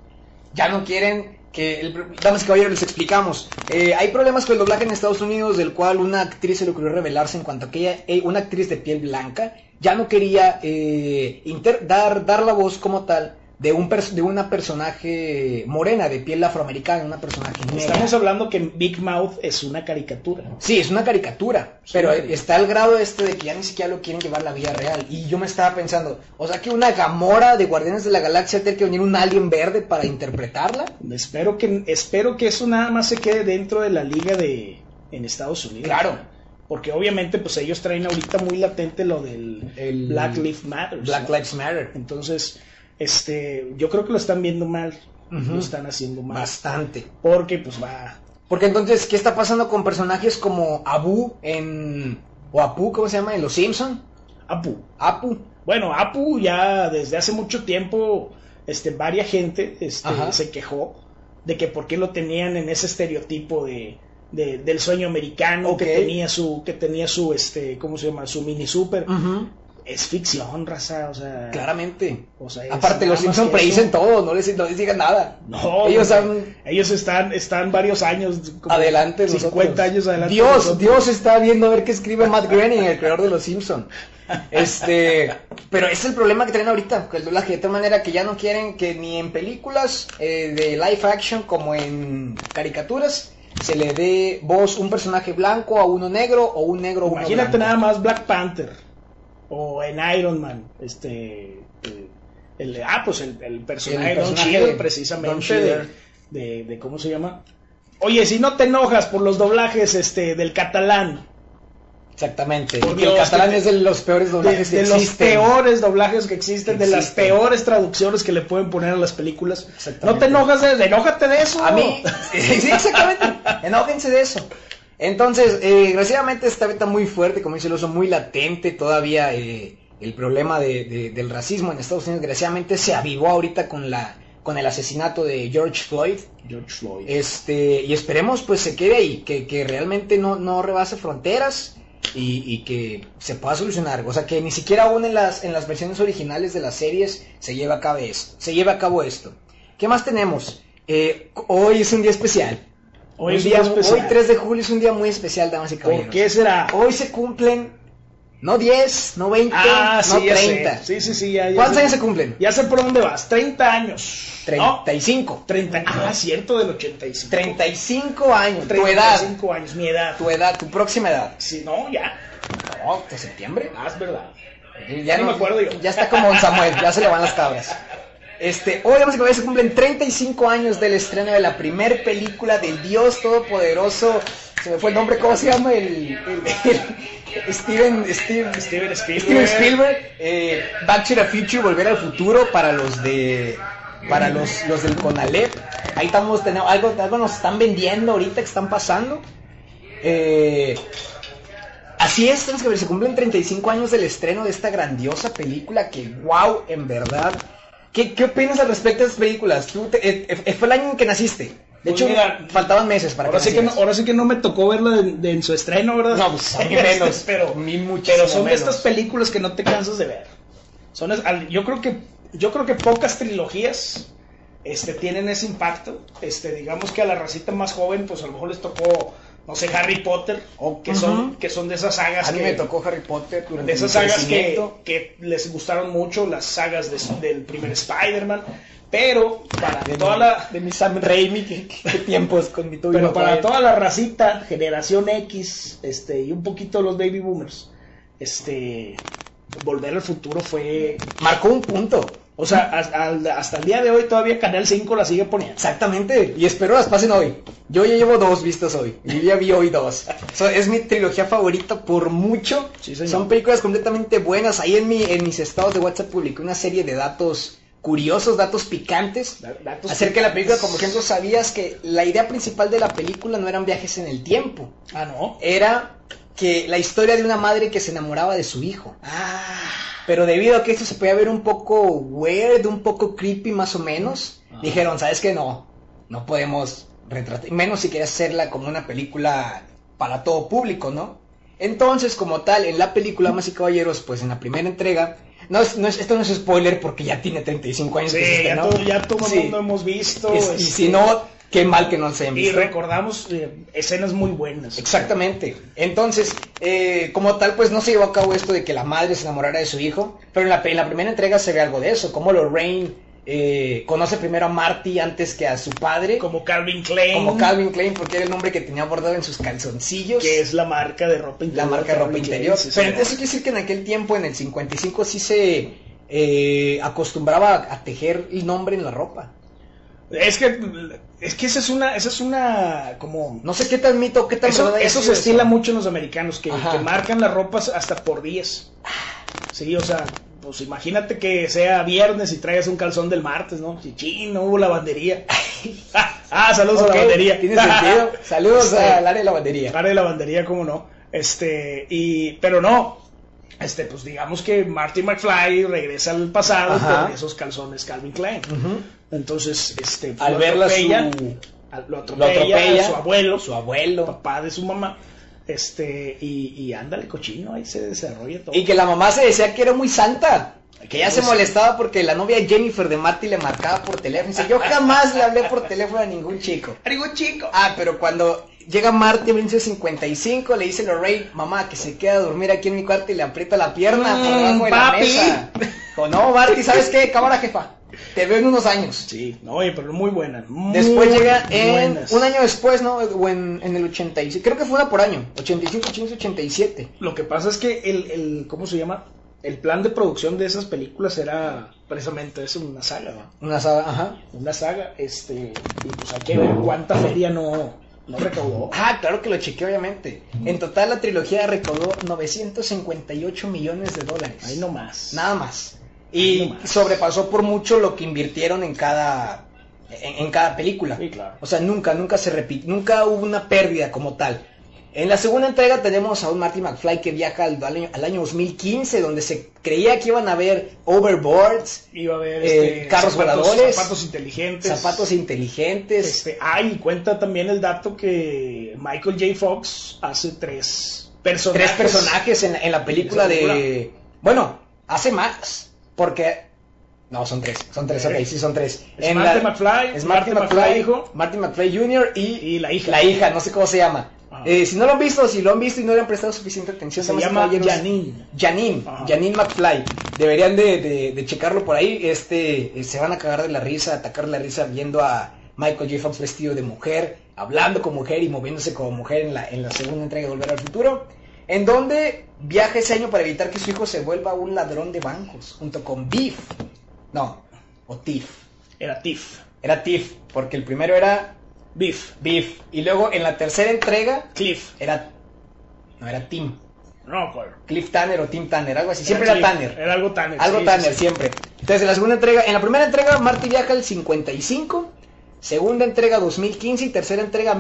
Speaker 2: Ya no quieren que... El, damas y caballeros, les explicamos. Eh, hay problemas con el doblaje en Estados Unidos del cual una actriz se le ocurrió revelarse en cuanto a que ella, eh, una actriz de piel blanca ya no quería eh, inter- dar, dar la voz como tal de un pers- de una personaje morena, de piel afroamericana, una personaje negra.
Speaker 3: Estamos hablando que Big Mouth es una caricatura.
Speaker 2: Sí, es una caricatura,
Speaker 3: Es
Speaker 2: pero
Speaker 3: una caricatura.
Speaker 2: está al grado este de que ya ni siquiera lo quieren llevar a la vida real. Y yo me estaba pensando, o sea que una Gamora de Guardianes de la Galaxia tiene que venir un alien verde para interpretarla.
Speaker 3: Espero que, espero que eso nada más se quede dentro de la liga de, en Estados Unidos.
Speaker 2: Claro.
Speaker 3: Porque obviamente pues ellos traen ahorita muy latente lo del
Speaker 2: El-
Speaker 3: Black Lives Matter.
Speaker 2: Black
Speaker 3: ¿no?
Speaker 2: Lives Matter.
Speaker 3: Entonces, este, yo creo que lo están viendo mal,
Speaker 2: Ujú.
Speaker 3: lo están haciendo mal.
Speaker 2: Bastante.
Speaker 3: Porque pues va,
Speaker 2: Porque entonces, ¿qué está pasando con personajes como Abu en O Apu, ¿cómo se llama? ¿En los Simpson?
Speaker 3: Apu.
Speaker 2: Apu.
Speaker 3: Bueno, Apu ya desde hace mucho tiempo, este, varias gente este,
Speaker 2: Ajá.
Speaker 3: se quejó de que por qué lo tenían en ese estereotipo de, de- del sueño americano
Speaker 2: Ok.
Speaker 3: que tenía su, que tenía su, este, ¿cómo se llama? Su mini super.
Speaker 2: Mm.
Speaker 3: Es ficción, raza, o sea.
Speaker 2: Claramente.
Speaker 3: o sea, es
Speaker 2: Aparte,
Speaker 3: nada
Speaker 2: los
Speaker 3: más
Speaker 2: Simpson
Speaker 3: que eso.
Speaker 2: predicen todo, no les, no les digan nada.
Speaker 3: No,
Speaker 2: Ellos
Speaker 3: güey.
Speaker 2: han-
Speaker 3: ellos están, están varios años como
Speaker 2: Adelante, de
Speaker 3: 50
Speaker 2: nosotros.
Speaker 3: años adelante. de
Speaker 2: Dios,
Speaker 3: nosotros.
Speaker 2: Dios está viendo a ver qué escribe Matt Groening, el creador de los Simpson. Este, pero ese es el problema que traen ahorita, que el doblaje de tal manera que ya no quieren que ni en películas eh, de live action como en caricaturas se le dé voz un personaje blanco a uno negro o un negro a uno
Speaker 3: Imagínate
Speaker 2: blanco.
Speaker 3: nada más Black Panther o en Iron Man, este, eh, el, ah, pues el, el personaje,
Speaker 2: El
Speaker 3: Don
Speaker 2: personaje
Speaker 3: Cheadle,
Speaker 2: de Don
Speaker 3: precisamente, de,
Speaker 2: Cheadle.
Speaker 3: de- de- cómo se llama. Oye, si no te enojas por los doblajes, este, del catalán,
Speaker 2: Exactamente.
Speaker 3: Por
Speaker 2: Porque
Speaker 3: Dios,
Speaker 2: el catalán
Speaker 3: que te-
Speaker 2: es de los peores
Speaker 3: de,
Speaker 2: doblajes
Speaker 3: de
Speaker 2: que
Speaker 3: los
Speaker 2: existen.
Speaker 3: peores doblajes que existen, de las
Speaker 2: Existen.
Speaker 3: peores traducciones que le pueden poner a las películas. No te
Speaker 2: Exactamente.
Speaker 3: enojas, de, enójate de eso.
Speaker 2: A mí, sí, exactamente. Enójense de eso. Entonces, eh, desgraciadamente está ahorita muy fuerte, como dice el oso, muy latente todavía eh, el problema de- de- del racismo en Estados Unidos. Desgraciadamente se avivó ahorita con la con el asesinato de George Floyd.
Speaker 3: George Floyd.
Speaker 2: Este, y esperemos pues se quede ahí, que, que realmente no, no rebase fronteras y, y que se pueda solucionar. O sea que ni siquiera aún en las, en las versiones originales de las series se lleva a cabo esto. Se lleva a cabo esto. ¿Qué más tenemos? Eh, hoy es un día especial.
Speaker 3: Hoy
Speaker 2: Un
Speaker 3: es
Speaker 2: día-
Speaker 3: un día especial.
Speaker 2: hoy 3 de julio es un día muy especial, damas y caballeros.
Speaker 3: ¿Por qué será?
Speaker 2: Hoy se cumplen no 10, no 20,
Speaker 3: Ah, sí,
Speaker 2: no
Speaker 3: ya sé.
Speaker 2: 30.
Speaker 3: Sí, sí, sí, ya, ya
Speaker 2: ¿Cuántos
Speaker 3: sé.
Speaker 2: años se cumplen?
Speaker 3: Ya sé por dónde vas. 30 años. ¿no?
Speaker 2: 35.
Speaker 3: 30. Ah, cierto, del 85.
Speaker 2: 35 años, tu edad,
Speaker 3: 35 años, mi edad.
Speaker 2: tu edad, tu próxima edad.
Speaker 3: Sí, no, ya.
Speaker 2: No, de septiembre.
Speaker 3: Ah, es verdad.
Speaker 2: Eh, Ya
Speaker 3: no me acuerdo yo.
Speaker 2: Ya está como Don Samuel, ya se le van las cabras. Este, hoy vamos a ver, se cumplen 35 años del estreno de la primer película del Dios Todopoderoso. Se me fue el nombre, ¿cómo se llama? El, el- el- Steven, Steve-
Speaker 3: Steven Spielberg.
Speaker 2: Steven Spielberg. eh, Back to the Future, Volver al Futuro para los de, para los, los del Conalep. Ahí estamos, tenemos, algo, algo nos están vendiendo ahorita que están pasando. Eh, Así es, tenemos que ver, se cumplen 35 años del estreno de esta grandiosa película que, wow, en verdad. ¿Qué, qué opinas al respecto de estas películas? Tú te- eh, eh, fue el año en que naciste. De
Speaker 3: Pues
Speaker 2: hecho,
Speaker 3: mira,
Speaker 2: faltaban meses para
Speaker 3: Ahora
Speaker 2: que
Speaker 3: sí que, no,
Speaker 2: nacieras.
Speaker 3: ahora sí que no me tocó verla en, de- en su estreno, ¿verdad?
Speaker 2: No, pues, a mí menos.
Speaker 3: pero,
Speaker 2: A mí muchísimo
Speaker 3: pero son de
Speaker 2: menos.
Speaker 3: estas películas que no te cansas de ver. Son, es- al- yo creo que yo creo que pocas trilogías este, tienen ese impacto. Este, digamos que a la racita más joven, pues a lo mejor les tocó, no sé, Harry Potter, o que son,
Speaker 2: Ujú.
Speaker 3: que son de esas sagas
Speaker 2: A mí
Speaker 3: que,
Speaker 2: me tocó Harry Potter durante
Speaker 3: de esas
Speaker 2: mi
Speaker 3: sagas que,
Speaker 2: crecimiento.
Speaker 3: que les gustaron mucho, las sagas de- del primer Spider-Man, pero para
Speaker 2: De,
Speaker 3: toda
Speaker 2: mi,
Speaker 3: la
Speaker 2: de mi Sam Raimi, que, que tiempos con mi Tobey
Speaker 3: pero para
Speaker 2: Maguire.
Speaker 3: toda la racita, generación X, este, y un poquito los baby boomers, este, Volver al Futuro fue,
Speaker 2: Marcó un punto.
Speaker 3: o sea, as- al- hasta el día de hoy todavía Canal 5 la sigue poniendo.
Speaker 2: Exactamente, y espero las pasen hoy. Yo ya llevo dos vistas hoy, y ya vi hoy dos. So, es mi trilogía favorita por mucho.
Speaker 3: Sí, señor.
Speaker 2: Son películas completamente buenas. Ahí en, mi, en mis estados de WhatsApp publiqué una serie de datos curiosos, datos picantes.
Speaker 3: Da- datos
Speaker 2: acerca de la película,
Speaker 3: picantes.
Speaker 2: como por ejemplo, sabías que la idea principal de la película no eran viajes en el tiempo,
Speaker 3: Ah, no.
Speaker 2: era que la historia de una madre que se enamoraba de su hijo.
Speaker 3: Ah,
Speaker 2: Pero debido a que esto se podía ver un poco weird, un poco creepy más o menos,
Speaker 3: Ajá.
Speaker 2: dijeron, ¿sabes qué? No, no podemos retratar, menos si quieres hacerla como una película para todo público, ¿no? Entonces, como tal, en la película, más y caballeros, pues en la primera entrega, no, es- no es- esto no es spoiler porque ya tiene 35 años
Speaker 3: sí,
Speaker 2: que se
Speaker 3: ya
Speaker 2: estrenó.
Speaker 3: todo, ya todo el
Speaker 2: Sí.
Speaker 3: mundo hemos visto.
Speaker 2: Es-
Speaker 3: este,
Speaker 2: y si no, qué mal que no se hayan
Speaker 3: y
Speaker 2: visto.
Speaker 3: recordamos eh, escenas muy buenas.
Speaker 2: Exactamente. Entonces, eh, como tal, pues no se llevó a cabo esto de que la madre se enamorara de su hijo, pero en la, en la primera entrega se ve algo de eso, como Lorraine eh, conoce primero a Marty antes que a su padre, como,
Speaker 3: Como Calvin Klein.
Speaker 2: Calvin Klein, porque era el nombre que tenía bordado en sus calzoncillos,
Speaker 3: que es la marca de ropa
Speaker 2: la
Speaker 3: interior.
Speaker 2: marca de ropa
Speaker 3: Calvin Klein,
Speaker 2: interior.
Speaker 3: sí,
Speaker 2: pero
Speaker 3: señor.
Speaker 2: entonces quiere decir que en aquel tiempo, en el 55, sí se eh, acostumbraba a, a tejer el nombre en la ropa.
Speaker 3: Es que es que esa es una esa es una como
Speaker 2: No sé qué tan mito, qué tan
Speaker 3: eso,
Speaker 2: verdad haya
Speaker 3: eso se
Speaker 2: sido
Speaker 3: estila mucho en los americanos que,
Speaker 2: Ajá.
Speaker 3: que marcan las ropas hasta por días. Sí, o sea, pues imagínate que sea viernes y traigas un calzón del martes, ¿no? Chichín, no hubo lavandería. ah, saludos
Speaker 2: Ok,
Speaker 3: a la lavandería.
Speaker 2: Tiene sentido. Saludos
Speaker 3: Este,
Speaker 2: al área de la lavandería.
Speaker 3: Para de lavandería, cómo no. Este, y, pero no, este, pues digamos que Marty McFly regresa al pasado
Speaker 2: Ajá.
Speaker 3: con esos calzones Calvin Klein. Entonces, este,
Speaker 2: Al
Speaker 3: lo
Speaker 2: verla
Speaker 3: atropella,
Speaker 2: su-
Speaker 3: al- lo
Speaker 2: Lo
Speaker 3: atropella,
Speaker 2: atropella
Speaker 3: su abuelo,
Speaker 2: su
Speaker 3: su
Speaker 2: abuelo.
Speaker 3: papá de su mamá, este, y, y anda el cochino, ahí se desarrolla todo.
Speaker 2: Y que la mamá se decía que era muy santa. Que ya se
Speaker 3: Pues-
Speaker 2: molestaba porque la novia Jennifer de Marty le marcaba por teléfono. Dice, yo jamás le hablé por teléfono a ningún chico.
Speaker 3: Arriba, chico.
Speaker 2: Ah, pero cuando llega Marty 1955, le dice Lorraine, mamá, que se queda a dormir aquí en mi cuarto y le aprieta la pierna por
Speaker 3: Mm,
Speaker 2: debajo de
Speaker 3: papi.
Speaker 2: la mesa. O no, Marty, ¿sabes qué? Cámara, jefa. Te veo en unos años.
Speaker 3: Sí, no, oye, pero muy buena. muy
Speaker 2: Después llega en
Speaker 3: buenas.
Speaker 2: un año después, ¿no? O en, en el 86. Creo que fue una por año. 85, 85, 87.
Speaker 3: Lo que pasa es que el, el, ¿cómo se llama? El plan de producción de esas películas era precisamente eso, una saga, ¿va?
Speaker 2: Una saga, ajá.
Speaker 3: Una saga, este, y pues hay que ver cuánta feria no, no recaudó.
Speaker 2: Ah, claro que lo chequeé, obviamente. En total, la trilogía recaudó 958 millones de dólares.
Speaker 3: Ahí nomás.
Speaker 2: Nada más.
Speaker 3: Ahí
Speaker 2: Y
Speaker 3: nomás.
Speaker 2: sobrepasó por mucho lo que invirtieron en cada en, en cada película.
Speaker 3: Sí, claro.
Speaker 2: O sea, nunca, nunca se repite, nunca hubo una pérdida como tal. En la segunda entrega tenemos a un Marty McFly que viaja al, al año, al año 2015, donde se creía que iban a haber overboards,
Speaker 3: Iba a haber este,
Speaker 2: Eh, carros
Speaker 3: zapatos,
Speaker 2: voladores,
Speaker 3: zapatos inteligentes.
Speaker 2: zapatos inteligentes.
Speaker 3: Este, ah, y cuenta también el dato que Michael J. Fox hace tres personajes.
Speaker 2: tres personajes en, la- en la película
Speaker 3: Esa
Speaker 2: de. Bueno, hace más. Porque. No, son tres. Son tres, ok,
Speaker 3: Ok.
Speaker 2: sí, son tres.
Speaker 3: Es Marty McFly,
Speaker 2: es
Speaker 3: Marty
Speaker 2: Marty, McFly,
Speaker 3: McFly, hijo.
Speaker 2: Marty McFly Jr. y,
Speaker 3: Y la hija.
Speaker 2: la hija, no sé cómo se llama.
Speaker 3: Ajá.
Speaker 2: Eh, si no lo han visto, si lo han visto y no le han prestado suficiente atención,
Speaker 3: Se
Speaker 2: damas y
Speaker 3: llama
Speaker 2: caballeros,
Speaker 3: Janine.
Speaker 2: Janine,
Speaker 3: Ajá.
Speaker 2: Janine McFly. Deberían de, de- de checarlo por ahí. Este, eh, se van a cagar de la risa, atacar la risa viendo a Michael J. Fox vestido de mujer, hablando como mujer y moviéndose como mujer en la, en la segunda entrega de Volver al Futuro. En donde viaja ese año para evitar que su hijo se vuelva un ladrón de bancos, junto con Beef. No, o Tiff.
Speaker 3: Era Tiff.
Speaker 2: Era Tiff, porque el primero era
Speaker 3: Biff.
Speaker 2: Beef. Y luego en la tercera entrega
Speaker 3: Cliff.
Speaker 2: era. No, era Tim.
Speaker 3: No, por-
Speaker 2: Cliff Tanner o Tim Tanner, algo así. Siempre
Speaker 3: Cliff.
Speaker 2: era Tanner.
Speaker 3: Era algo Tanner.
Speaker 2: Algo
Speaker 3: sí,
Speaker 2: Tanner,
Speaker 3: sí, sí.
Speaker 2: siempre. Entonces, en la segunda entrega, en la primera entrega, Marty viaja al 55, segunda entrega 2015 y tercera entrega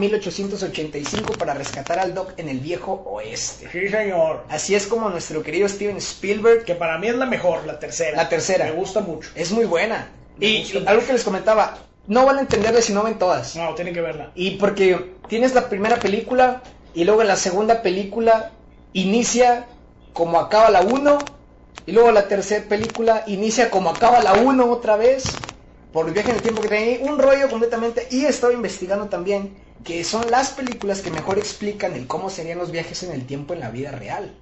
Speaker 2: 1885 para rescatar al Doc en el viejo oeste.
Speaker 3: Sí, señor.
Speaker 2: Así es como nuestro querido Steven Spielberg, que
Speaker 3: Que para mí es la mejor, la tercera.
Speaker 2: La tercera.
Speaker 3: Me gusta mucho.
Speaker 2: es muy buena.
Speaker 3: Me
Speaker 2: Y
Speaker 3: gusta mucho.
Speaker 2: algo que les comentaba, no van a entenderla si no ven todas.
Speaker 3: No, tienen que verla.
Speaker 2: Y porque tienes la primera película y luego en la segunda película inicia como acaba la 1 y luego la tercera película inicia como acaba la 1 otra vez por el viaje en el tiempo que tenía un rollo completamente y estaba investigando también que son las películas que mejor explican el cómo serían los viajes en el tiempo en la vida real.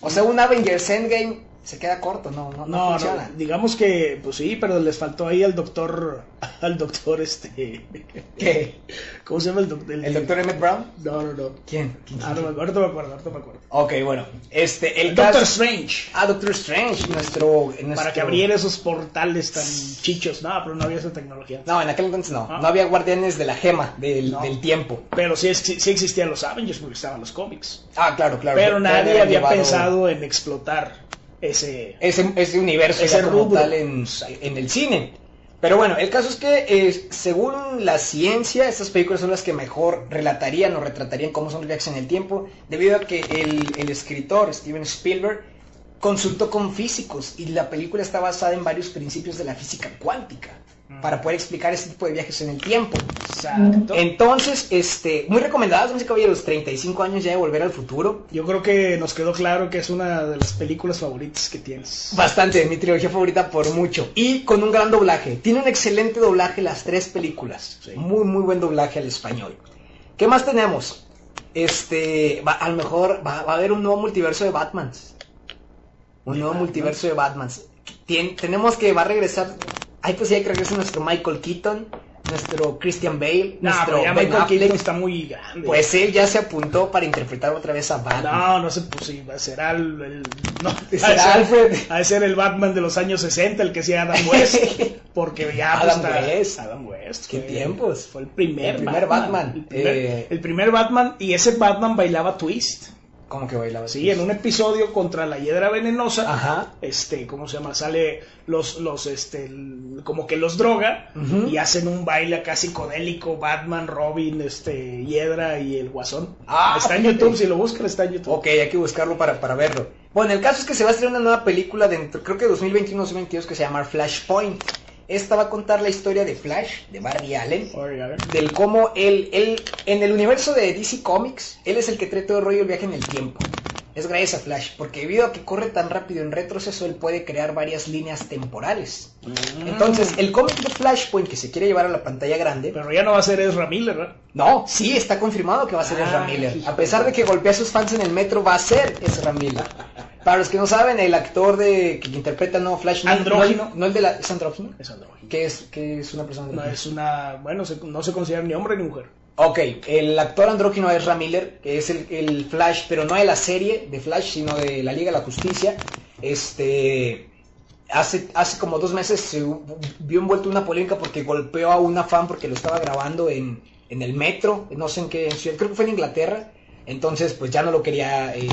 Speaker 2: O sea, un Avengers Endgame se queda corto, no, no, no,
Speaker 3: No, no,
Speaker 2: funciona.
Speaker 3: digamos que, pues sí, pero les faltó ahí al doctor, al doctor este,
Speaker 2: ¿Qué?
Speaker 3: ¿cómo se llama el doctor?
Speaker 2: ¿El doctor Emmett Brown?
Speaker 3: No, no, no.
Speaker 2: ¿Quién?
Speaker 3: Ah, no me acuerdo, no me acuerdo, ahorita me acuerdo.
Speaker 2: Ok, bueno. Este, el
Speaker 3: El Doctor
Speaker 2: caso-
Speaker 3: Strange,
Speaker 2: Ah, Doctor Strange, nuestro, nuestro-
Speaker 3: para que abriera esos portales tan chichos. No, pero no había esa tecnología.
Speaker 2: No, en aquel entonces no.
Speaker 3: Ah.
Speaker 2: No había guardianes de la gema, del,
Speaker 3: No.
Speaker 2: del tiempo.
Speaker 3: Pero sí, ex- sí existían los Avengers porque estaban los cómics.
Speaker 2: Ah, claro, claro.
Speaker 3: Pero
Speaker 2: Todavía
Speaker 3: nadie
Speaker 2: habían
Speaker 3: había
Speaker 2: llevado
Speaker 3: pensado en explotar ese...
Speaker 2: Ese, ese universo
Speaker 3: Ese
Speaker 2: ya como
Speaker 3: rubro.
Speaker 2: tal en, en el cine. Pero bueno, el caso es que eh, según la ciencia, estas películas son las que mejor relatarían o retratarían cómo son los viajes en el tiempo, debido a que el, el escritor Steven Spielberg consultó con físicos y la película está basada en varios principios de la física cuántica
Speaker 3: Mm.
Speaker 2: para poder explicar este tipo de viajes en el tiempo. Mm.
Speaker 3: Exacto.
Speaker 2: Entonces, este, muy recomendadas, damas y caballeros, 35 años ya de volver al futuro.
Speaker 3: Yo creo que nos quedó claro que es una de las películas favoritas que tienes.
Speaker 2: Bastante, mi trilogía favorita por mucho. Y con un gran doblaje. Tiene un excelente doblaje las tres películas.
Speaker 3: Sí.
Speaker 2: Muy, muy buen doblaje al español. ¿Qué más tenemos? Este, va- a lo mejor va, va a haber un nuevo multiverso de Batman. Un nuevo multiverso de Batman. Tien- tenemos que va a regresar. pues Hay posibilidad que regrese nuestro Michael Keaton, nuestro Christian Bale,
Speaker 3: No,
Speaker 2: nuestro
Speaker 3: pero pues ya
Speaker 2: Ben
Speaker 3: Michael
Speaker 2: Affleck.
Speaker 3: Keaton está muy grande.
Speaker 2: Pues él ya se apuntó para interpretar otra vez a Batman.
Speaker 3: No, no sé, pues sí, será el... el- no,
Speaker 2: Será
Speaker 3: ha de ser-
Speaker 2: Alfred.
Speaker 3: Ha de ser el Batman de los años 60, el que sea Adam West. Porque ya... pues,
Speaker 2: Adam
Speaker 3: está-
Speaker 2: West.
Speaker 3: Adam West.
Speaker 2: ¿Qué
Speaker 3: fue-
Speaker 2: tiempos?
Speaker 3: Fue el primer,
Speaker 2: El primer Batman.
Speaker 3: El primer,
Speaker 2: Eh.
Speaker 3: el primer Batman, y ese Batman bailaba twist.
Speaker 2: Como que bailaba.
Speaker 3: Sí, en un episodio contra la hiedra venenosa,
Speaker 2: Ajá.
Speaker 3: este, ¿cómo se llama? Sale los, los, este, el- como que los droga
Speaker 2: Ujú.
Speaker 3: y hacen un baile acá psicodélico, Batman, Robin, este, hiedra y el guasón.
Speaker 2: Ah,
Speaker 3: está en
Speaker 2: fíjate.
Speaker 3: YouTube, si lo buscan está en YouTube.
Speaker 2: Ok, hay que buscarlo para, para verlo. Bueno, el caso es que se va a estrenar una nueva película dentro, creo que 2021 o 2022, que se llama Flashpoint. Esta va a contar la historia de Flash, de Barry Allen,
Speaker 3: Oye, a ver.
Speaker 2: del cómo él, él, en el universo de DC Comics, él es el que trae todo el rollo del viaje en el tiempo. Es gracias a Flash, porque debido a que corre tan rápido en retroceso, él puede crear varias líneas temporales. Entonces, el cómic de Flashpoint que se quiere llevar a la pantalla grande
Speaker 3: Pero ya no va a ser Ezra Miller, ¿verdad?
Speaker 2: no, sí, está confirmado que va a ser
Speaker 3: Ah,
Speaker 2: Ezra Miller.
Speaker 3: hijo.
Speaker 2: A pesar de que golpea a sus fans en el metro, va a ser Ezra Miller. Para los que no saben, el actor de que interpreta no Flash no-
Speaker 3: Andrógino.
Speaker 2: No, no el de la ¿es andrógino?
Speaker 3: Es andrógino.
Speaker 2: Que es que es una persona
Speaker 3: No
Speaker 2: andrógina.
Speaker 3: es una, bueno, se- no se considera ni hombre ni mujer.
Speaker 2: Ok, el actor andrógino es Ramiller, que es el, el Flash, pero no de la serie de Flash, sino de la Liga de la Justicia. Este, hace, hace como dos meses se hu- vio envuelto en una polémica porque golpeó a una fan porque lo estaba grabando en, en el metro, no sé en qué ciudad, creo que fue en Inglaterra. Entonces, pues ya no lo quería eh,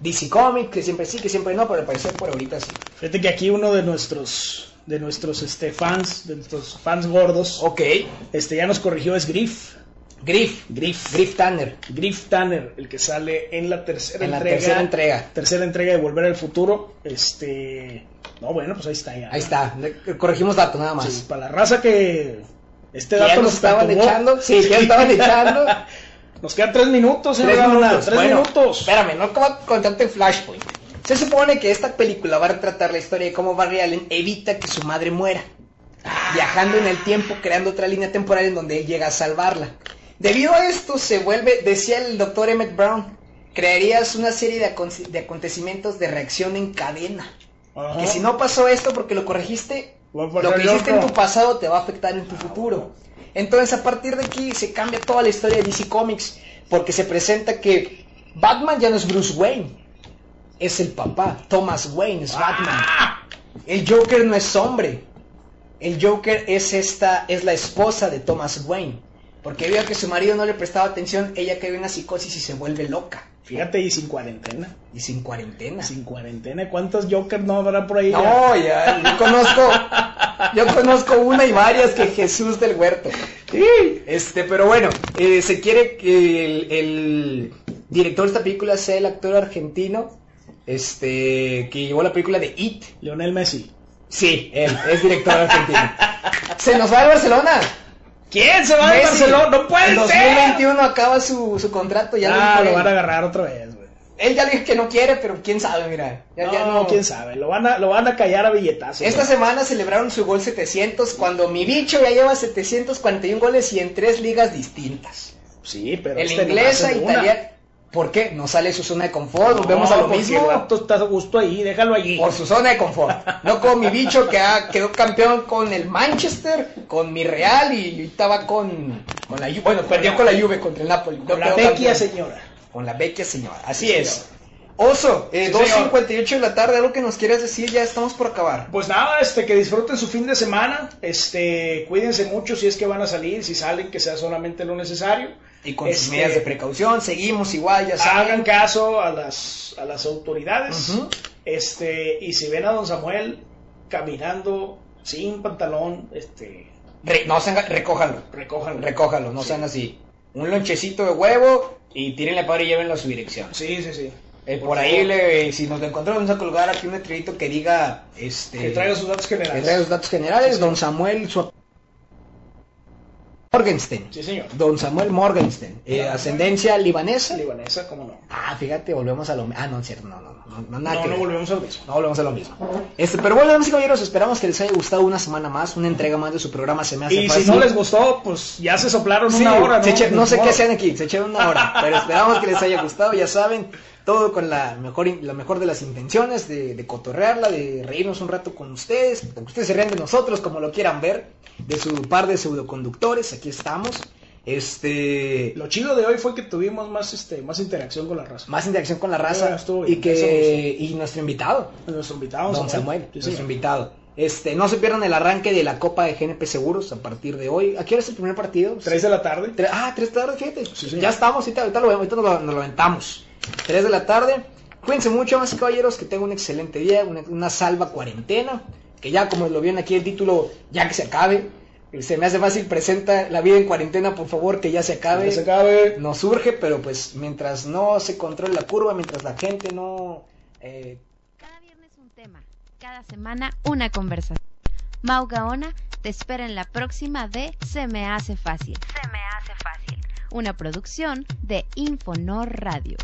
Speaker 2: DC Comics, que siempre sí, que siempre no, pero al parecer por ahorita sí.
Speaker 3: Fíjate que aquí uno de nuestros, de nuestros, este, fans, de nuestros fans gordos,
Speaker 2: Ok,
Speaker 3: este, ya nos corrigió, es Griff.
Speaker 2: Griff,
Speaker 3: Griff.
Speaker 2: Griff Tanner,
Speaker 3: Griff Tanner, el que sale en la tercera
Speaker 2: en la
Speaker 3: entrega.
Speaker 2: tercera entrega.
Speaker 3: tercera entrega de Volver al Futuro. Este. No, bueno, pues ahí está ya.
Speaker 2: Ahí está, corregimos dato nada más.
Speaker 3: Sí, para la raza que. Este
Speaker 2: Que ya
Speaker 3: dato
Speaker 2: nos
Speaker 3: nos
Speaker 2: estaban
Speaker 3: perturbó.
Speaker 2: echando. Sí, que ya estaban echando.
Speaker 3: Nos quedan tres minutos, señor
Speaker 2: Tres
Speaker 3: Gaona,
Speaker 2: minutos.
Speaker 3: tres
Speaker 2: Bueno,
Speaker 3: minutos.
Speaker 2: Espérame, no acabo de contarte en Flashpoint. Se supone que esta película va a retratar la historia de cómo Barry Allen evita que su madre muera,
Speaker 3: Ah.
Speaker 2: viajando en el tiempo, creando otra línea temporal en donde él llega a salvarla. Debido a esto, se vuelve, decía el doctor Emmett Brown, crearías una serie de, aconse- de acontecimientos de reacción en cadena.
Speaker 3: Ajá.
Speaker 2: Que si no pasó esto porque lo corregiste,
Speaker 3: Va a
Speaker 2: lo
Speaker 3: pasar
Speaker 2: que hiciste en
Speaker 3: otro.
Speaker 2: tu pasado te va a afectar en tu futuro. Entonces, a partir de aquí se cambia toda la historia de DC Comics, porque se presenta que Batman ya no es Bruce Wayne, es el papá, Thomas Wayne es Batman. El Joker no es hombre, el Joker es esta, es la esposa de Thomas Wayne, porque vio que su marido no le prestaba atención, ella cae en una psicosis y se vuelve loca
Speaker 3: Fíjate, y sin cuarentena.
Speaker 2: y sin cuarentena.
Speaker 3: Sin cuarentena. ¿Cuántos Joker no habrá por ahí? ya?
Speaker 2: No, ya, yo conozco, yo conozco una y varias que Jesús del Huerto. Este, pero bueno, eh, se quiere que el, el director de esta película sea el actor argentino, este, que llevó la película de It.
Speaker 3: Lionel Messi.
Speaker 2: Sí, él es director argentino. Se nos va al Barcelona.
Speaker 3: ¿Quién se va de
Speaker 2: Messi,
Speaker 3: Barcelona? ¡No puede
Speaker 2: En
Speaker 3: ser!
Speaker 2: 2021 acaba su, su contrato, ya
Speaker 3: Ya
Speaker 2: lo
Speaker 3: lo
Speaker 2: dijo
Speaker 3: van a
Speaker 2: él.
Speaker 3: agarrar otra vez, güey.
Speaker 2: Él ya dijo que no quiere, pero quién sabe, mira. Ya,
Speaker 3: no,
Speaker 2: ya
Speaker 3: quién sabe. Lo van a, lo van a callar a billetazos.
Speaker 2: Esta
Speaker 3: güey.
Speaker 2: semana celebraron su gol 700 cuando mi bicho ya lleva 741 goles y en tres ligas distintas.
Speaker 3: Sí, pero
Speaker 2: El
Speaker 3: este
Speaker 2: inglés,
Speaker 3: nomás
Speaker 2: el
Speaker 3: en una.
Speaker 2: italiano. ¿Por qué? No sale de su zona de confort, volvemos
Speaker 3: No,
Speaker 2: a lo
Speaker 3: porque
Speaker 2: mismo.
Speaker 3: El vato está a gusto ahí, déjalo allí.
Speaker 2: Por su zona de confort. No con mi bicho que ha- quedó campeón con el Manchester, con mi Real y estaba con, con la Juve. Bueno, perdió con la Juve contra el Napoli. No
Speaker 3: Con la
Speaker 2: quedó
Speaker 3: tequia,
Speaker 2: campeón.
Speaker 3: señora.
Speaker 2: Con la Vecchia señora. Así
Speaker 3: Sí,
Speaker 2: es.
Speaker 3: señor.
Speaker 2: Oso, eh,
Speaker 3: Sí,
Speaker 2: 2.58 de la tarde, algo que nos quieras decir, ya estamos por acabar.
Speaker 3: Pues nada, este, que disfruten su fin de semana. Este, cuídense mucho si es que van a salir, si salen, que sea solamente lo necesario.
Speaker 2: Y con sus
Speaker 3: Este,
Speaker 2: medidas de precaución, seguimos igual, ya saben.
Speaker 3: Pues Hagan caso a las, a las autoridades.
Speaker 2: Ujú.
Speaker 3: Este, y si ven a don Samuel caminando sin pantalón, este,
Speaker 2: Re- no sean, recójanlo,
Speaker 3: recójanlo.
Speaker 2: recójanlo, no
Speaker 3: Sí.
Speaker 2: sean así. Un lonchecito de huevo y tírenle para y llévenlo a su dirección.
Speaker 3: Sí, sí, sí.
Speaker 2: Eh, por
Speaker 3: Por
Speaker 2: ahí,
Speaker 3: favor.
Speaker 2: le- si nos lo encontramos, vamos a colgar aquí un letrerito que diga, este...
Speaker 3: Que traiga sus datos
Speaker 2: que
Speaker 3: generales.
Speaker 2: traiga sus datos generales, don Samuel... Su... Morgenstein.
Speaker 3: Sí, señor.
Speaker 2: Don Samuel Morgenstein. eh,
Speaker 3: Don
Speaker 2: ascendencia libanesa.
Speaker 3: Libanesa, cómo no.
Speaker 2: Ah, fíjate, volvemos a lo mismo. Ah, no, es cierto, no, no, no, no, nada
Speaker 3: No,
Speaker 2: que
Speaker 3: no
Speaker 2: ver.
Speaker 3: volvemos al mismo.
Speaker 2: No volvemos a lo mismo. Este, pero bueno, damas y caballeros, esperamos que les haya gustado una semana más, una entrega más de su programa Se Me Hace
Speaker 3: Y si
Speaker 2: Fácil.
Speaker 3: no les gustó, pues ya se soplaron
Speaker 2: Sí,
Speaker 3: una hora, ¿no?
Speaker 2: se eche- no sé
Speaker 3: Ni
Speaker 2: qué
Speaker 3: modo.
Speaker 2: sean aquí, se echaron una hora, pero esperamos que les haya gustado, ya saben, todo con la mejor, in- la mejor de las intenciones, de, de cotorrearla, de reírnos un rato con ustedes, aunque ustedes se rían de nosotros, como lo quieran ver, de su par de pseudoconductores, aquí estamos, este,
Speaker 3: Lo chido de hoy fue que tuvimos más, este, más interacción con la raza.
Speaker 2: más interacción con la raza,
Speaker 3: Ah, estuvo
Speaker 2: y
Speaker 3: bien, eso me
Speaker 2: que, y nuestro invitado,
Speaker 3: Nuestro invitado,
Speaker 2: Don Samuel,
Speaker 3: Sí,
Speaker 2: nuestro
Speaker 3: señor.
Speaker 2: invitado. Este, no se pierdan el arranque de la Copa de GNP Seguros a partir de hoy. ¿A qué hora es el primer partido?
Speaker 3: Tres de la tarde.
Speaker 2: Tre- ah, tres tarde, fíjate.
Speaker 3: Sí, señor.
Speaker 2: ya estamos, ahorita, ahorita lo vemos, ahorita nos lo, nos lo aventamos. 3 de la tarde. Cuídense mucho, más caballeros, que tengan un excelente día, una, una salva cuarentena, que ya como lo vieron aquí el título, ya que se acabe. Se me hace fácil, presenta la vida en cuarentena, por favor, que ya se acabe.
Speaker 3: Que se acabe.
Speaker 2: Nos surge, pero pues mientras no se controle la curva, mientras la gente no... eh,
Speaker 1: Cada viernes un tema, cada semana una conversación. Mau Gaona te espera en la próxima de Se me hace fácil. Se me hace fácil. Una producción de Infonor Radio.